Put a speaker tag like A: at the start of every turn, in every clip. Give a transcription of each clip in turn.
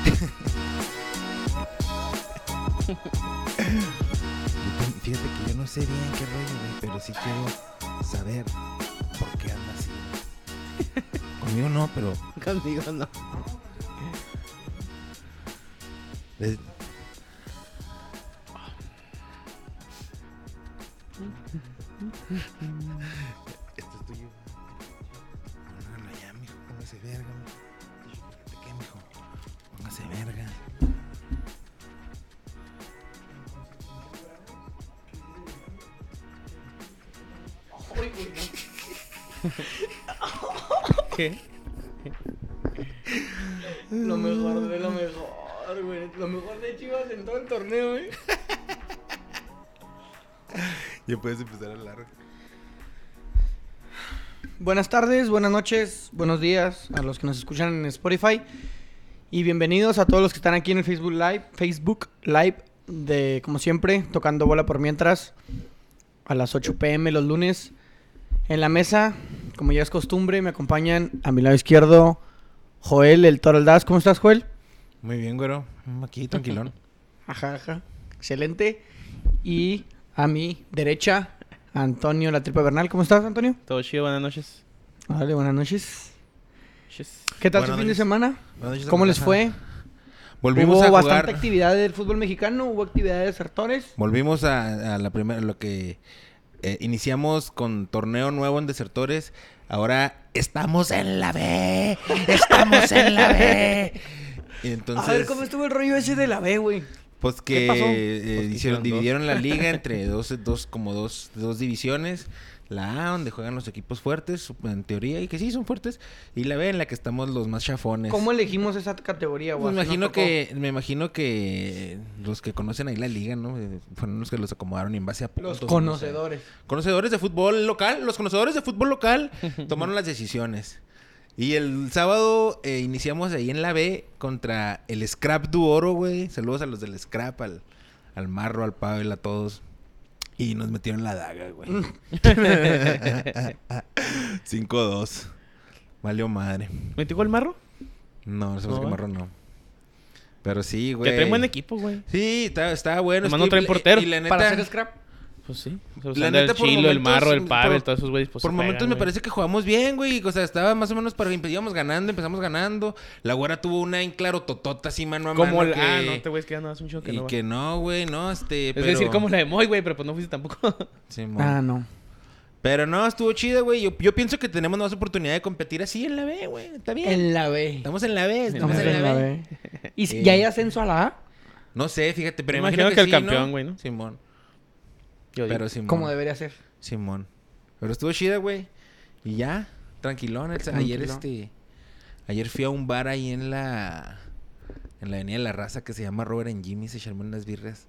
A: sé bien qué rollo, güey, pero sí quiero saber por qué anda así. Conmigo no, pero
B: Conmigo no.
A: de- Esto es tuyo. Póngalo ya, mijo. Póngase verga, mijo. ¿De qué, mijo? Póngase verga.
B: ¿Qué?
C: Lo mejor de lo mejor, güey. Lo mejor de Chivas en todo el torneo, ¿eh? güey.
A: Ya puedes empezar a hablar.
C: Buenas tardes, buenas noches, buenos días a los que nos escuchan en Spotify. Y bienvenidos a todos los que están aquí en el Facebook Live, Facebook Live de, como siempre, tocando bola por mientras, a las 8 pm los lunes. En la mesa, como ya es costumbre, me acompañan a mi lado izquierdo Joel, el Toro Aldaz. ¿Cómo estás, Joel?
A: Muy bien, güero. Aquí, tranquilón.
C: Ajá, ajá. Excelente. Y a mi derecha, Antonio La Tripa Bernal. ¿Cómo estás, Antonio?
B: Todo chido, buenas noches.
C: Vale, buenas noches.
B: Noches.
C: ¿Qué tal
A: Buenas
C: su fin de
A: noches.
C: semana?
A: Buenas noches,
C: ¿Cómo les
A: Raza.
C: fue?
A: Volvimos
C: hubo
A: a
C: bastante
A: jugar.
C: actividad del fútbol mexicano, hubo actividad de desertores.
A: Volvimos a, a la primera, lo que eh, iniciamos con torneo nuevo en Desertores. Ahora estamos en la B. Estamos en la B. Y entonces,
C: a ver cómo estuvo el rollo ese de la B, güey.
A: pues que
C: ¿Qué pasó?
A: eh,
B: Pues que
A: hicieron,
B: hicieron dos.
A: dividieron la liga entre dos, dos como dos, dos divisiones. La A, donde juegan los equipos fuertes, sup- en teoría, y que sí son fuertes. Y la B, en la que estamos los más chafones.
C: ¿Cómo elegimos esa categoría, güey?
A: me
C: Así
A: imagino
C: nos tocó.
A: que, me imagino que los que conocen ahí la liga, ¿no? Eh, Fueron los que los acomodaron y en base a
C: Los
A: puntos, no sé.
C: conocedores.
A: Conocedores de fútbol local, los conocedores de fútbol local tomaron las decisiones. Y el sábado eh, iniciamos ahí en la B contra el Scrap Duoro, güey. Saludos a los del Scrap, al, al Marro, al Pavel, a todos. Y nos metieron la daga, güey. 5-2. Valió madre.
B: ¿Metió gol Marro?
A: No, sabemos
B: No,
A: que
B: ¿eh?
A: Marro no. Pero sí, güey.
B: Que traen buen equipo, güey.
A: Sí, estaba, estaba bueno.
B: Nomás no
A: Steve.
B: traen
A: Y-
B: portero.
A: Y la neta,
C: Para hacer scrap.
B: Pues sí. O sea,
A: La
B: usando
A: neta,
B: el
A: por
B: Chilo, el
A: momentos-
B: Marro, el Pavel,
A: por-
B: todos esos güeyes. Pues,
A: Por
B: se
A: momentos
B: pegan,
A: me
B: güey.
A: parece que jugamos bien, güey. O sea, estaba más o menos para íbamos ganando, empezamos ganando. La güera tuvo una en claro totota así mano a
B: Como
A: mano.
B: la... Ah,
A: que-
B: no, te güeyes que ya no das un show que
A: y
B: no va.
A: que no, güey, no, este.
B: Es decir, como la de Moy, güey, pero pues no fuiste tampoco.
A: Simón.
C: Ah, no.
A: Pero no, estuvo chido, güey. Yo, yo pienso que tenemos más oportunidad de competir así en la B, güey. Está bien.
C: En la B.
A: Estamos en la B, estamos en, la, B.
C: ¿Y
A: Sí.
C: si- ya hay ascenso a la A?
A: No sé, fíjate, pero
B: Me
A: imagino, que,
B: imagino que el
A: sí,
B: campeón, güey, ¿no?
A: Simón.
B: Yo digo.
A: Pero Simón.
C: Como debería ser.
A: Simón. Pero estuvo chida, güey. Y ya, tranquilón. el- Ayer,
C: Tranquilón.
A: este... Ayer fui a un bar ahí en la... En la avenida de la raza que se llama Robert en Jimmy. Se charmó unas birras.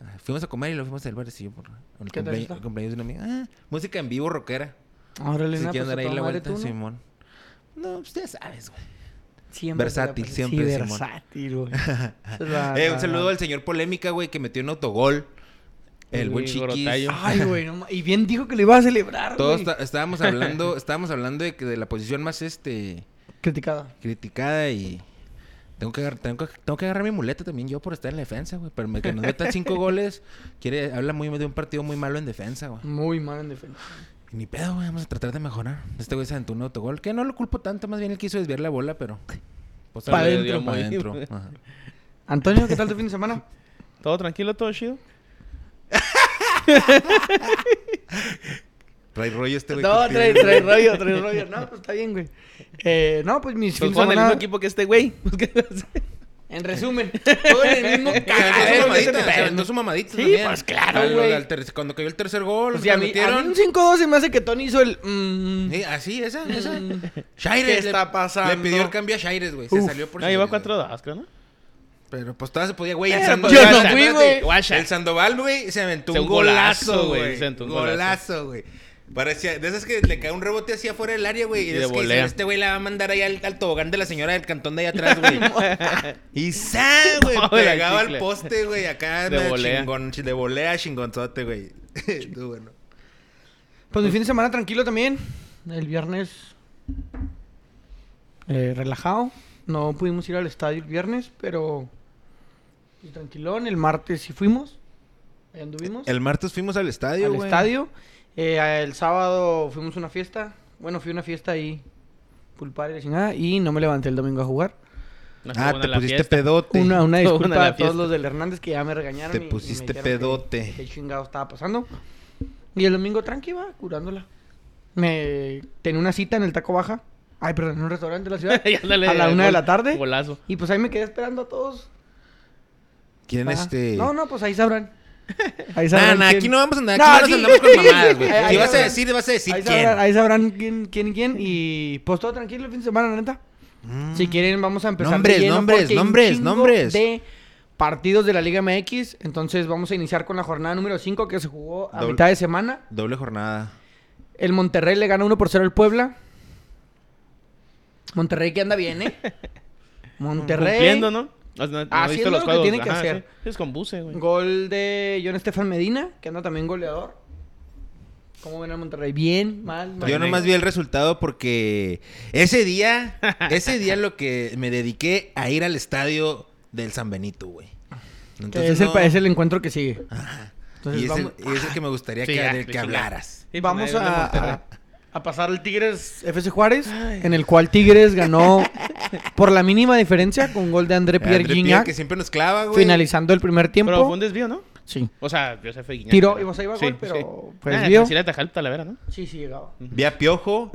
A: Ah, Fuimos a comer y lo fuimos al bar. Sí, yo por... El,
C: ¿Qué tal
A: cumplea-
C: está?
A: el cumpleaños de una amiga. Ah, música en vivo, rockera.
C: Ahora
A: Si quieres
C: pues a
A: dar ahí
C: toda
A: la
C: madre
A: vuelta,
C: tú, ¿no?
A: Simón. No, pues ya sabes, güey.
C: Siempre te la
A: Versátil,
C: pela.
A: siempre,
C: Sí,
A: Simón.
C: versátil, güey. Es la-
A: Eh,
C: la-
A: un saludo al señor Polémica, güey, que metió un autogol. El
B: El
A: buen chiquis.
B: Gorotayo.
C: Ay, güey, no ma- y bien dijo que lo iba a celebrar,
A: Todos
C: Ah, güey.
A: ta- estábamos hablando, estábamos hablando de que de la posición más este
C: criticada.
A: criticada y tengo que, agar- tengo, que, tengo que agarrar mi muleta también yo por estar en la defensa, güey. Pero me- que nos metan cinco goles, quiere, habla muy de un partido muy malo en defensa, güey.
C: Muy mal en defensa.
A: Y Ni pedo, güey, vamos a tratar de mejorar. Este güey se aventó un autogol, que no lo culpo tanto, más bien él quiso desviar la bola, pero... Pues,
C: Pa'
A: le dio
B: dentro,
A: pa'
B: güey.
A: dentro, ajá.
C: Antonio, ¿qué tal tu fin de semana?
B: Todo tranquilo, todo chido.
A: Trae rollo este güey.
C: No,
A: que
C: trae,
A: tiene,
C: trae
A: güey.
C: rollo, trae rollo. No, pues está bien, güey. Eh, no, pues mis fin
B: Pues
C: de
B: juegan en el
C: semana...
B: mismo equipo que este güey. Pues, ¿qué vas a hacer?
C: En resumen, todo en el mismo
A: Se aventó su
C: cagadero. este que se
A: mamadita, se
C: pegan.
A: aventó su mamadita
C: Sí,
A: también.
C: pues, claro,
A: Al-
C: güey.
A: al ter- Cuando cayó el tercer gol,
C: O sea, Pues
A: lo
C: a mí, a mí
A: metieron.
C: un 5-2 se me hace que Tony hizo el... mm,
A: Sí, así, esa, esa.
C: Mm.
A: Shaires.
C: ¿Qué
A: le-
C: está pasando?
A: Le pidió el cambio a Shaires, güey. Se
C: Uf.
A: salió por Ah,
B: No, Ah, lleva
A: Shaires,
B: cuatro das, creo, ¿no?
A: güey. Pero pues todavía se podía, güey. El
C: Pero,
A: Sandoval.
C: pues, yo no
A: espérate,
C: fui,
A: espérate.
C: güey.
B: Guacha.
A: El Sandoval, güey, se aventó
B: Se
A: un
B: un golazo,
A: golazo,
B: güey.
A: güey.
B: Se aventó
A: Un
B: un
A: golazo, güey. Parecía, de esas que le cae un rebote así afuera del área, güey. Y, de
B: Y de
A: esas que dicen,
B: volea.
A: este güey la va a mandar ahí al, al tobogán de la señora del cantón de allá atrás, güey. y sa, güey.
B: No, güey,
A: pegaba
B: al
A: al
B: chicle.
A: poste, güey. Acá
B: De
A: me-
B: volea.
A: chingón, chi- de volea, chingonzote, güey. Estuvo bueno.
C: Pues mi fin de semana tranquilo también. El viernes eh, relajado. No pudimos ir al estadio el viernes, pero pues, tranquilón. El martes sí fuimos. Ahí anduvimos.
A: El martes fuimos al estadio,
C: al
A: güey.
C: estadio. Eh, el sábado fuimos a una fiesta. Bueno, fui a una fiesta ahí. Pulpar y la chingada. Y no me levanté el domingo a jugar.
B: No estuvo
A: Ah,
B: buena
A: te
B: la
A: pusiste
B: fiesta.
A: pedote.
C: Una, una
B: Estuvo
C: disculpa
B: buena la
C: a todos
B: fiesta.
C: los del Hernández que ya me regañaron.
A: Te
C: y- y me
A: pusiste
C: dijeron
A: pedote.
C: que- Qué chingado estaba pasando. Y el domingo tranqui va, curándola. Me tenía una cita en el Taco Baja. Ay, perdón, en un restaurante de la ciudad.
B: Y ándale,
C: a la una de la tarde.
B: Golazo.
C: Y pues ahí me quedé esperando a todos.
A: ¿Quién
C: Ajá.
A: este?
C: No, no, pues ahí sabrán.
A: Nah,
C: Ahí sabrán.
A: nah,
C: quién-
A: aquí no vamos a andar,
C: No,
A: aquí
C: sí.
A: no nos andamos con mamadas, güey.
C: Ahí
A: Si vas a
C: sabrán.
A: decir, vas a decir
C: ahí,
A: quién.
C: Sabrán, ahí sabrán quién, quién, y quién. Y pues todo tranquilo el fin de semana, la neta.
A: Mm.
C: Si quieren, vamos a empezar. de
A: Nombres,
C: lleno
A: nombres,
C: porque hay un
A: nombres,
C: chingo
A: nombres.
C: De partidos de la Liga MX. Entonces vamos a iniciar con la jornada número 5 que se jugó a
A: Doble-
C: mitad de semana.
A: Doble jornada.
C: El Monterrey le gana 1 por 0 al Puebla. Monterrey que anda bien, ¿eh? Monterrey.
B: Cumpliendo, ¿no? O sea, no- no
C: Haciendo
B: viste
C: lo que tiene que hacer.
B: sí. Es con buce, güey.
C: Gol de John Estefan Medina, que anda también goleador. ¿Cómo ven al Monterrey? Bien, mal. mal.
A: Yo nomás vi el resultado porque ese día, ese día lo que me dediqué a ir al estadio del San Benito, güey.
C: Que es, el,
A: no-
C: es el encuentro que sigue. Entonces
A: y, es
C: vamos,
A: el, y es el que me gustaría
B: Sí,
A: que,
B: ya,
A: del que
B: sí, ya.
A: hablaras.
B: Sí, pues,
C: vamos
B: nadie
C: a,
B: habla de Monterrey.
C: a- a pasar al Tigres FC Juárez, en el cual Tigres ganó por la mínima diferencia con gol de André Pierre
A: André
C: Gignac,
A: que siempre nos clava, güey.
C: finalizando el primer tiempo.
B: Pero fue un desvío, ¿no?
C: Sí.
B: O sea, Josef Guiñac.
C: Tiró,
B: pero-
C: y vos ahí va
B: sí,
C: gol, pero pues
B: sí.
C: fue
B: Ah,
C: desvío.
B: Sí, le atajó el Talavera, ¿no?
C: Sí, sí, llegaba.
A: Vi a Piojo,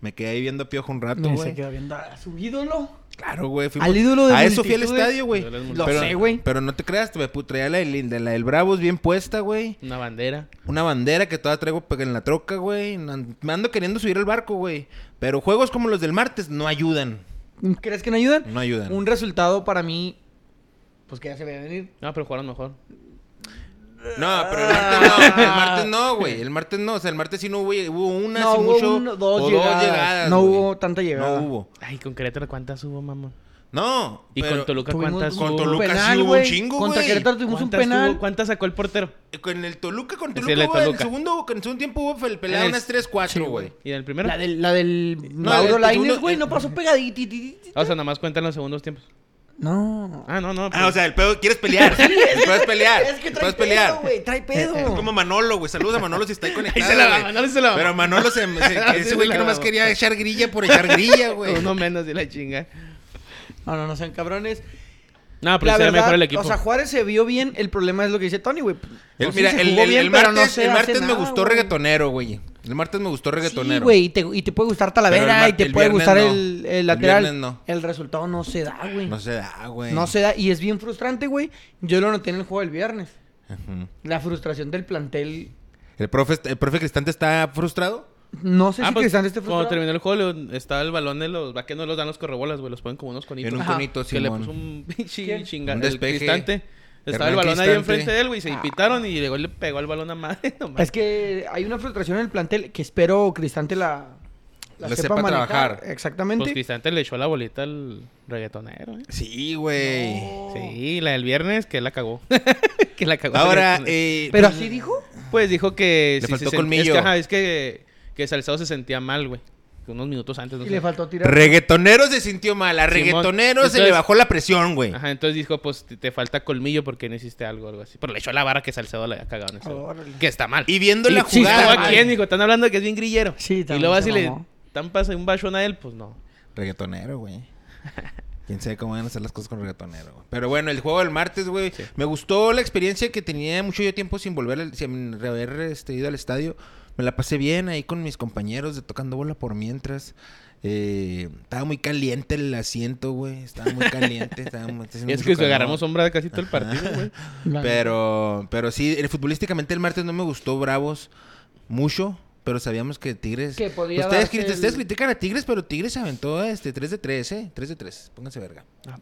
A: me quedé ahí viendo a Piojo un rato,
C: Me se
A: güey.
C: quedó viendo a su ídolo.
A: Claro, güey.
C: Al ídolo de
A: A eso fui al
C: multitudes.
A: estadio, güey.
B: Yo las
A: Pero-
C: multitudes. Lo sé, güey.
A: Pero no te creas, te traía la del, de la del Bravos bien puesta, güey.
B: Una bandera.
A: Una bandera que todavía traigo pe- en la troca, güey. Nan- Me ando queriendo subir al barco, güey. Pero juegos como los del martes no ayudan.
C: ¿Crees que no ayudan?
A: No ayudan.
C: Un resultado para mí, pues que ya se veía venir.
B: No, pero jugaron mejor.
A: No, pero el martes no. El martes no, güey. El martes no. O sea, el martes sí no hubo, hubo una,
C: No,
A: sí
C: hubo
A: mucho.
C: uno- dos
A: o
C: llegadas. No
A: güey.
C: hubo tanta llegada.
A: No hubo.
B: Ay, con Querétaro, ¿cuántas hubo, mamón?
A: No.
B: Y
A: pero-
B: con Toluca,
C: Tuvimos
B: ¿cuántas
A: Con
B: hubo?
A: Toluca sí hubo un
C: güey.
A: chingo,
C: Contra
A: güey.
C: Querétaro tuvimos un
B: ¿Cuántas
C: penal.
B: tuvo? ¿Cuántas sacó el portero?
A: Con el Toluca, con
B: Sí,
A: Toluca,
B: la
A: güey. En el
B: Toluca.
A: segundo, en el segundo tiempo hubo fel-
B: En
A: pelea
B: el-
A: unas 3-4, güey.
B: ¿Y en el primero?
C: La del, la del
A: No,
C: Mauro
A: el
C: Lainez,
A: segundo-
C: güey, no pasó pegadito.
B: Ah, O sea, nada más cuentan los segundos tiempos.
C: No.
B: Ah, no, no.
A: Ah, o sea, el pedo, quieres pelear. el pedo es pelear.
C: Es que
A: el
C: trae
A: pedo es pelear.
C: pedo, güey, trae pedo.
A: Es como Manolo, güey. Saludos a Manolo si está ahí conectado.
B: Ahí se la va,
A: güey.
B: Manolo se la va.
A: Pero Manolo se. se-
B: Sí
A: ese
B: se
A: güey que
B: la
A: nomás
B: va.
A: quería echar grilla por echar grilla, güey.
B: uno menos de la chinga.
C: No, no, no sean cabrones.
B: No, pero
C: La
B: se ve
C: verdad,
B: mejor Ah, el equipo.
C: O sea, Juárez se vio bien. El problema es lo que dice Tony, güey.
A: El-
C: Pues sí,
A: mira,
C: se
A: el,
C: jugó
A: el-
C: bien,
A: el
C: pero no
A: martes,
C: se
A: el
C: hace
A: martes me
C: nada,
A: gustó
C: güey.
A: reggatonero, güey. El martes me gustó reggaetonero.
C: Sí, güey, y te, y te puede gustar Talavera,
A: Pero el
C: y te
A: mar-
C: puede
A: el viernes
C: gustar
A: no.
C: el, el
A: El
C: lateral. El,
A: viernes no.
C: resultado no se da, güey.
A: No se da, güey.
C: No se da. Y es bien frustrante, güey. Yo lo noté en el juego del viernes.
A: Ujú.
C: La frustración del plantel.
A: El profe, est- el profe Cristante está frustrado.
C: No sé
B: Ah,
C: si
B: pues,
C: Cristante esté
B: cuando
C: este frustrado.
B: terminó el juego, le- estaba el balón de los vaqueros, los dan los correbolas, güey. Los ponen como unos conitos.
A: En un
C: Ajá.
A: conito,
B: que le
A: Simón.
B: puso un pinche
C: ¿Quién?
B: chinga.
A: Un
B: El
A: despeje.
B: cristante.
A: Hernán
B: Estaba el balón ahí
A: Cristante.
B: enfrente de él, güey. y Se
C: Ah.
B: invitaron y luego le pegó el balón a madre. No mames.
C: Es que hay una frustración en el plantel que espero Cristante la,
A: La sepa trabajar.
B: Pues
C: Exactamente.
B: Cristante le echó la bolita al reggaetonero, ¿eh?
A: Sí, güey.
B: Sí, la del viernes que la cagó. que la cagó. el
A: Ahora,
B: reggaetonero.
A: eh,
C: Pero así dijo.
B: Pues dijo que...
A: Le faltó
B: sent-
A: colmillo.
B: Es que, ajá, es que, que Salcedo se sentía mal, güey. que Unos minutos antes. no
C: Y
B: sé.
A: Pues,
C: le faltó tirar.
A: reggaetonero se sintió mal. A reggaetonero se le
B: Entonces-
A: bajó la presión, güey.
B: Ajá, entonces dijo, pues te, te falta colmillo porque no hiciste algo algo así. Pero le echó la vara que Salcedo le había cagado en ese gol.
C: Órale.
B: Que está mal.
A: Y viendo la
C: sí,
A: jugada.
B: ¿Cómo a
A: güey.
B: quién, hijo? Están hablando de que es bien grillero.
C: Sí,
B: Y
C: también
B: luego
C: se
B: así le
C: mamó.
B: tampas un bachón a él, pues no.
A: Reggaetonero, güey. Quién sabe cómo van a hacer las cosas con reggaetonero, güey. Pero bueno, el juego del martes, güey. Me gustó la experiencia que tenía mucho yo tiempo sin volver, al- sin haber este, ido al estadio. Me la pasé bien ahí con mis compañeros de tocando bola por mientras. Eh, estaba muy caliente el asiento, güey. Estaba muy caliente. estaba muy- está haciendo
B: es
A: mucho
B: que
A: calor.
B: agarramos sombra de casi todo el partido, güey.
A: Pero, pero sí, eh, futbolísticamente el martes no me gustó Bravos mucho, pero sabíamos que Tigres.
C: Que podía
A: ustedes,
C: darse
A: cri- ustedes
C: el-
A: critican a Tigres, pero Tigres se aventó este 3 de 3, ¿eh? 3 de 3, pónganse verga.
C: Ah,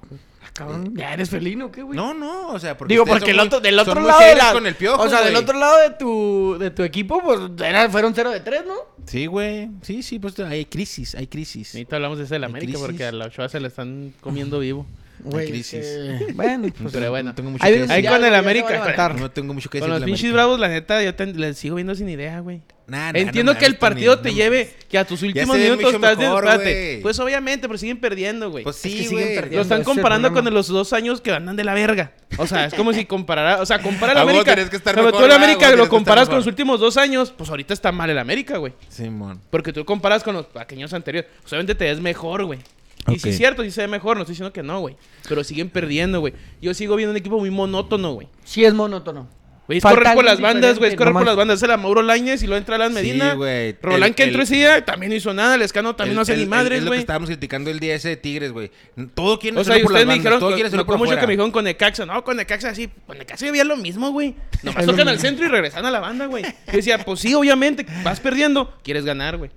C: cabrón. ¿Ya eres felino o qué, güey?
A: No, no, o sea, porque.
C: Digo,
A: ustedes
C: porque el
A: son muy-
C: otro, del
A: son
C: otro
A: muy
C: lado. de
A: haters
C: la-
A: con el piojo,
C: o sea, del
A: güey.
C: otro lado de tu, de tu equipo, pues era- fueron 0 de 3, ¿no?
A: Sí, güey. Sí, sí, pues hay crisis, hay crisis.
B: Ahorita hablamos de ese del
A: Hay
B: América
A: crisis.
B: porque a la Ochoa se le están comiendo vivo.
A: Güey, crisis.
C: que- Bueno,
A: No
C: pues.
A: tengo-
B: bueno.
A: no tengo mucho
C: Ahí
A: que
C: viene
B: Ahí
A: decir.
C: ya,
B: con el
C: ya se va a
B: América.
C: levantar.
A: No tengo mucho que
B: Con
A: decir.
B: los
A: del
B: pinches
A: América.
B: bravos, la neta, yo te- les sigo viendo sin idea, güey.
A: Nah, nah,
B: Entiendo
A: no
B: que el
A: mames, Tony,
B: partido
A: no
B: te
A: mames.
B: lleve que a tus últimos
A: se ve
B: minutos
A: mucho
B: estás de-
A: mejor,
B: espérate.
A: güey.
B: Pues obviamente, pero siguen perdiendo, güey.
A: Pues
C: que
A: sí,
C: siguen
A: güey.
C: perdiendo.
B: Lo están
C: Ese es el
B: comparando
C: problema.
B: con los dos años que andan de la verga. O sea, es como si comparara. O sea, compara el
A: A Ah, vos
B: América.
A: tenés que estar
B: Pero tú
A: mejor,
B: el
A: ah,
B: América
A: vos tenés que
B: lo
A: estar
B: comparas con
A: mejor.
B: los últimos dos años. Pues ahorita está mal el América, güey.
A: Simón.
B: Porque tú comparas con los pequeños anteriores. Pues obviamente te ves mejor, güey. Y si
A: Ok.
B: es cierto, sí se ve mejor. No estoy diciendo que no, güey. Pero siguen perdiendo, güey. Yo sigo viendo un equipo muy monótono, güey.
C: Sí es monótono.
B: Güey, es
C: Falta
B: correr
C: alguien
B: por las bandas, güey. Es
C: diferente,
B: correr por
C: nomás.
B: las bandas. Es el Mauro Laines y lo entra Alan
A: Sí,
B: Medina.
A: güey.
B: Rolán
A: El-
B: que entró
A: el-
B: ese día también no hizo nada. El Escano también
A: El-
B: no hace
A: el-
B: ni
A: el-
B: madres,
A: Es lo que
B: güey.
A: estábamos criticando el día ese de Tigres, güey. Todo quiere
B: O sea,
A: hacerlo
B: y
A: por las
B: ustedes me
A: bandas,
B: dijeron,
A: todo
B: me
A: quiere hacerlo
B: tocó
A: por
B: mucho que
A: fuera.
B: me dijeron con Necaxa. No, con Necaxa sí, con Necaxa yo veía lo mismo, güey. Nomás
C: Es lo
B: tocan al
C: mismo.
B: centro y regresan a la banda, güey. Yo decía, pues sí, obviamente, vas perdiendo, quieres ganar, güey.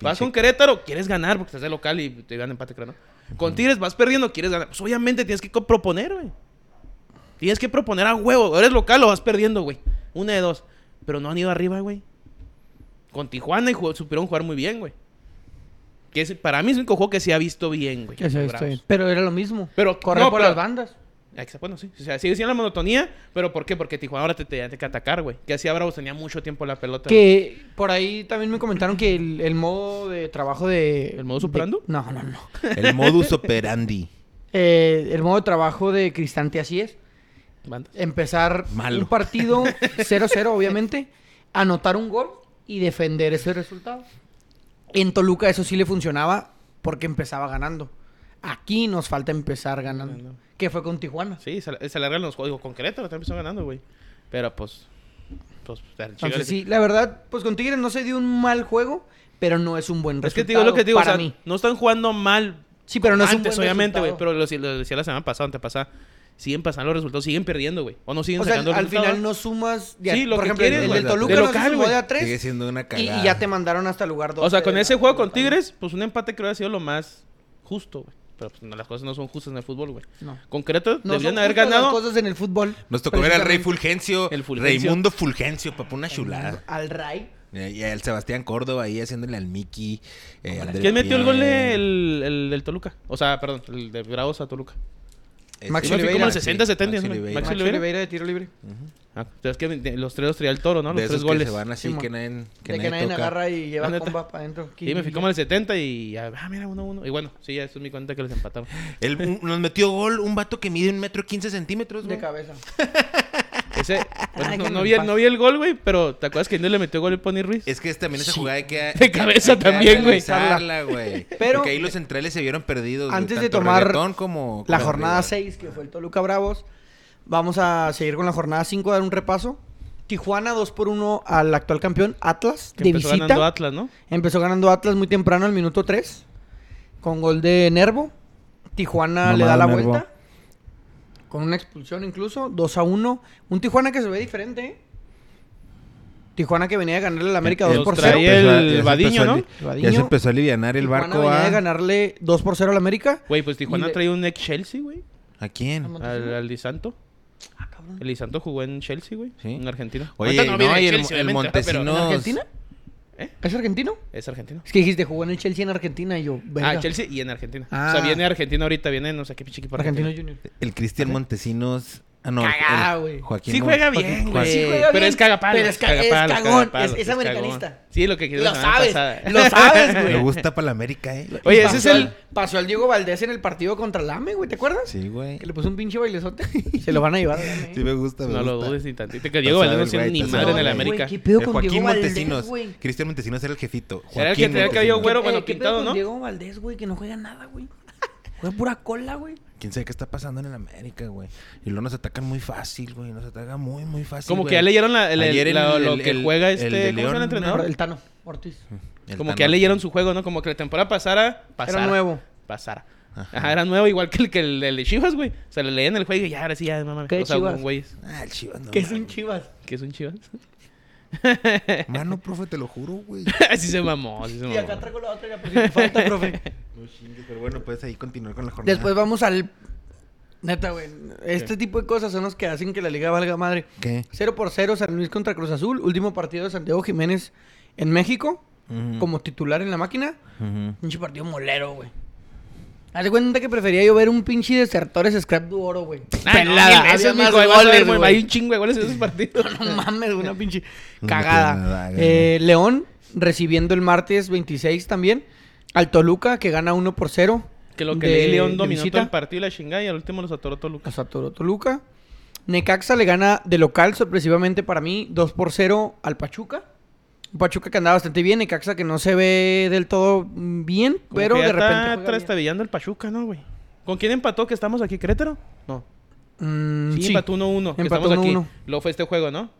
B: Vas
A: Pinche-
B: con Querétaro, quieres ganar, porque estás de local y te dan empate, creo, ¿no? Con Tigres vas perdiendo, quieres ganar. Pues obviamente tienes que co- proponer, güey. Tienes que proponer a huevo. Eres local o vas perdiendo, güey. Una de dos. Pero no han ido arriba, güey. Con Tijuana y jugó- supieron jugar muy bien, güey. Que es- para mí es un único juego que se ha visto bien, güey.
C: Ya sé,
B: Bravos.
C: estoy bien. este, Pero era lo mismo.
B: Pero-
C: correr
B: no,
C: por
B: pero-
C: las bandas.
B: Exacto, bueno, sí. O sea, sigue siendo la monotonía, pero ¿por qué? Porque Tijuana ahora te tenía que atacar, güey. Que hacía Bravos tenía mucho tiempo la pelota.
C: Que por ahí también me comentaron que el, el modo de trabajo de.
B: ¿El modo
C: de-
B: superando?
C: no, no, no.
A: El modus operandi.
C: Eh, el modo de trabajo de Cristante así es.
B: Bandas.
C: Empezar
A: Malo.
C: un partido 0-0, obviamente. Anotar un gol y defender ese resultado. En Toluca eso sí le funcionaba porque empezaba ganando. Aquí nos falta empezar ganando.
B: Ganando.
C: Que fue con Tijuana.
B: Sí, se, se alargan los juegos. Digo, Con Querétaro también están ganando, güey. Pero pues. Pues. el Chivas le-
C: Entonces, sí, la verdad, pues con Tigres no se dio un mal juego, pero no es un buen
B: Es
C: resultado.
B: que te digo lo que te digo, o
C: para
B: sea,
C: mí.
B: no están jugando mal.
C: Sí, pero no es un
B: antes,
C: buen
B: obviamente, güey.
C: resultado.
B: Pero lo, lo decía la semana pasada, antepasada. Siguen pasando los resultados, siguen perdiendo, güey. O no siguen
C: O sea,
B: sacando
C: al
B: los resultados.
C: final no sumas. de a-
B: Sí, lo
C: por
B: que
C: ejemplo, el-
B: quieres,
C: el del
A: güey.
C: Toluca
B: De
C: nos
B: local,
C: sumó de
B: güey.
C: a tres
A: Sigue siendo una
C: y,
A: cagada.
C: y ya te mandaron hasta el lugar 2.
B: O sea, con ese juego con Tigres, pues un empate creo que ha sido lo más justo, güey. Pero pues, no, las cosas no son justas en el fútbol, güey.
C: No.
B: Con Querétaro
C: No
B: deberían
C: son
B: haber
C: justas las
B: ganado.
C: cosas en el fútbol.
A: Nos tocó ver al Rey
C: precisamente.
A: Fulgencio,
B: El Fulgencio.
A: Raimundo Fulgencio, papá, una chulada.
C: Al Ray.
A: Y al Sebastián Córdoba ahí haciéndole al Mickey. eh, Andrés
B: ¿Quién metió el gol
A: Pierre,
B: de- el, el del Toluca? O sea, perdón, el de Bravos a Toluca.
A: este,
C: Maxi
A: Maxi
C: Oliveira. Como el
B: 60, 70,
A: Maxi
B: ¿no?
A: Oliveira.
B: Maxi
C: Max
B: Oliveira.
C: Oliveira de tiro libre.
B: Ah, es que de- los tres los traía el toro, ¿no? Los
A: de esos
B: tres
A: que
B: goles.
A: se van así
C: Simón.
A: que nadie, que
C: de que nadie
A: toca.
C: agarra y lleva
B: La neta.
C: comba para adentro.
B: Y me fui como en el 70 y ya, ah, mira, 1-1. Y bueno, sí, ya eso es mi cuenta que les empatamos.
A: El- un- nos metió gol un vato que mide un metro quince centímetros, güey.
C: De cabeza.
B: Ese, bueno,
C: Ay,
B: no-
C: que
B: no,
C: me
B: vi, el-
C: pasa.
B: no vi el gol, güey, pero ¿te acuerdas que no le metió gol el Pony Ruiz?
A: Es que es también esa jugada hay que...
B: De cabeza
A: hay que
B: también, güey.
A: analizarla, güey.
C: Pero-
A: Porque ahí los centrales se vieron perdidos. güey,
C: Antes de
A: tanto
C: tomar
A: reggaetón como...
C: La
A: como
C: jornada
A: rival.
C: 6, que fue el Toluca Bravos. Vamos a seguir con la jornada 5, dar un repaso. Tijuana 2 por 1 al actual campeón Atlas
B: Que
C: de
B: empezó
C: visita.
B: ganando Atlas, ¿no?
C: Empezó ganando Atlas muy temprano al minuto 3 con gol de Nervo. Tijuana le da la
A: Mamado Nervo.
C: vuelta con una expulsión incluso, 2 a 1. Un Tijuana que se ve diferente. ¿eh? Tijuana que venía de ganarle al América
A: Eh,
C: 2
B: los
C: por 0.
B: traía
A: Ya se empezó a-
B: el
A: ya se
B: Badiño,
A: empezó a
B: ¿no?
A: li-
C: Badiño.
A: Ya se empezó a alivianar el
C: Tijuana
A: barco ¿ah?
C: venía de
A: a...
C: ganarle 2 por 0 al América.
B: Güey, pues Tijuana
C: Y le-
B: traía un ex Chelsea, güey.
A: ¿A quién?
B: Al, al Di Santo.
C: Ah, cabrón.
B: El Di Santo jugó en Chelsea, güey.
A: Sí.
B: En Argentina.
A: Oye,
B: Ahorita
A: no,
B: viene
A: y el-
B: Chelsea,
A: el
B: obviamente, pero-
A: Montesinos.
C: ¿En Argentina?
B: ¿Eh?
C: ¿Es argentino?
B: Es argentino.
C: Es que dijiste, jugó en el Chelsea en Argentina y yo, venga.
B: Ah, Chelsea y en Argentina.
C: Ah.
B: O sea, viene Argentina ahorita, viene no sé qué pinche equipo
C: Argentino Junior.
A: El Cristian Montesinos... Ah, no.
C: Cagada,
A: el-
C: güey.
A: Joaquín
B: Sí
A: Mon-
B: juega bien, güey.
C: Sí juega
B: pero
C: bien,
B: es cagapalos.
C: pero es ca- es
B: cagapalos,
C: cagón, es-
B: cagapalos,
C: es americanista.
B: cagón. Sí, lo que quiero
C: Lo sabes, lo sabes,
A: Me
C: güey.
A: gusta para la América, eh.
B: Oye,
C: Pasó
B: ese es el...
C: al- Pasó al Diego Valdés en el partido contra Lame, güey, ¿te acuerdas?
A: Sí, güey.
C: Que le puso un pinche bailezote. Se lo van a llevar. Lame, ¿eh?
A: Sí me gusta, me
B: No lo
A: gusta.
B: dudes ni tantito. Que Diego
A: Lo sabe
B: Valdés no
A: el
B: tiene
A: güey,
B: ni
A: lo
B: madre en
A: sabe
B: el
A: el güey.
B: América.
C: ¿Qué pedo
A: El
C: con
A: Joaquín
C: Diego Valdés,
A: Montesinos.
C: güey?
A: Cristian Montesinos era el jefito.
B: Era el que tenía el cabello
A: Montesinos.
B: güero, bueno,
C: Eh, ¿qué pedo
B: pintado,
C: con
B: ¿no?
C: Diego Valdés, güey, que no juega nada, güey. Juega pura cola, güey.
A: Quién sabe qué está pasando en el América, güey. Y luego nos atacan muy fácil, güey. Nos atacan muy, muy fácil.
B: Como
A: güey.
B: que ya leyeron la- el- el-
A: Ayer el-
B: la- lo
A: el-
B: que
A: el-
B: juega
A: el
B: este...
A: de
B: ¿Cómo se llama el
A: León,
B: entrenador?
C: El Tano Ortiz.
A: El
B: Como
A: Tano.
B: que ya leyeron su juego, ¿no? Como que la temporada pasara, pasara.
C: nuevo.
B: Pasara.
A: Ajá.
B: Ajá. era nuevo, igual que el que el, el de Chivas, güey. O sea, le leían el juego y ya, ahora sí, ya, mamá.
C: ¿Qué
B: o sea,
C: Chivas?
B: güey,
A: Ah, el Chivas, no.
C: Que es un
A: mames.
C: chivas.
B: que son Chivas.
A: Mano, profe, te lo juro, güey.
B: así se mamó, así se
C: Y acá
B: mamó.
C: traigo la otra, ya por si te falta, profe.
A: No chingues, pero bueno, puedes ahí continuar con la jornada.
C: Después vamos al... Neta, güey. Este tipo de cosas son los que hacen que la liga valga madre.
A: ¿Qué?
C: 0 por 0 San Luis contra Cruz Azul. Último partido de Santiago Jiménez en México.
A: Ujú.
C: Como titular en la máquina.
A: Ujú.
C: Pinche partido molero, güey. Haz de cuenta que prefería yo ver un pinche desertores scrap du oro, güey.
A: Ah,
B: Ah, Pelada,
C: Pelada, había
B: eso es mi
C: más
B: goles,
C: goles,
B: güey.
C: güey.
B: Hay un chingo de goles en esos partidos.
C: No mames, una pinche
A: No tiene nada,
C: cagada.
A: güey,
C: Eh, León recibiendo el martes 26 también. Al Toluca que gana 1 por 0.
B: Que lo que
C: de-
B: leí
C: de
B: León dominó
C: visita.
B: todo el partido y la chingada y al último los atoró Toluca.
C: O sea, Toro- Toluca. Necaxa le gana de local, sorpresivamente para mí, 2 por 0 al Pachuca. Un Pachuca que andaba bastante bien, Necaxa que no se ve del todo mm, bien,
B: Como
C: pero
B: que
C: de
B: ya
C: repente.
B: Está
C: juega bien.
B: trastabillando el Pachuca, ¿no, güey? ¿Con quién empató que estamos aquí, Querétaro? No.
C: Mm,
B: Sí,
C: sí.
B: empató 1-1. que
C: Empató
B: estamos aquí.
C: 1-1.
B: Lo fue este juego, ¿no?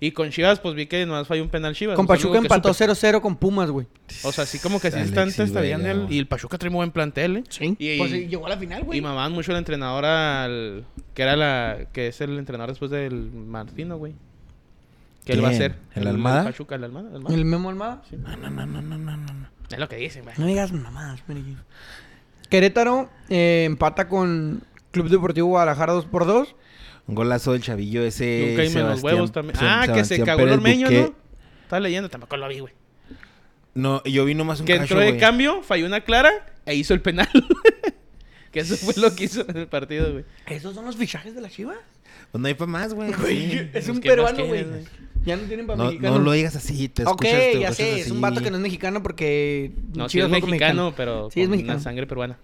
B: Y con Chivas, pues vi que nomás falló un penal Chivas.
C: Con
B: o sea, lo
C: Pachuca
B: único que
C: empató
B: supe.
C: 0-0 con Pumas, güey.
B: O sea, así como que sí
A: Alexis
B: están trastabillando
A: Vega,
B: el-
A: güey.
B: Y el Pachuca trae muy buen plantel, ¿eh? Y,
C: Pues, sí, llegó a la final,
B: y mamaban mucho la entrenadora al... Que era la... Que es el entrenador después del Martino, güey. Que él va a
A: ¿Quién?
B: ser.
A: ¿El Almada?
B: Pachuca, el Almada. el Almada.
C: El Memo Almada.
A: No, no, no, no, no, no, no.
B: Es lo que dicen, güey.
C: No digas mamadas, Meriquín. Querétaro eh, empata con Club Deportivo Guadalajara 2 por 2
A: Un golazo del chavillo ese.
B: Nunca hay menos
A: Eh, Sebastián-
B: huevos también.
A: Sem-
B: Ah, que se
A: Sebastián
B: cagó el
A: Pérez
B: ormeño,
A: Buqué.
B: ¿no? Estaba leyendo, tampoco lo vi, güey.
A: No, yo vi nomás un
B: Que
A: cacho,
B: entró de
A: güey.
B: cambio, falló una clara e hizo el penal. que eso fue lo que hizo en el partido, güey.
C: ¿Esos son los fichajes de la Chiva?
A: Pues no hay pa' más, güey. Sí.
C: es
B: pues,
C: un
B: ¿qué más
C: peruano,
B: quieres,
C: güey.
B: güey?
C: Ya no tienen para
A: No,
C: mexicanos.
A: no lo digas así, te
C: Ok,
A: escuchas, te
C: ya
A: escuchas
C: sé, es un vato
A: así.
C: que no es mexicano porque...
B: No, sí
C: Chivas
B: es
C: juega con
B: mexicano, pero
C: Sí, es
B: con
C: mexicano.
B: una sangre peruana.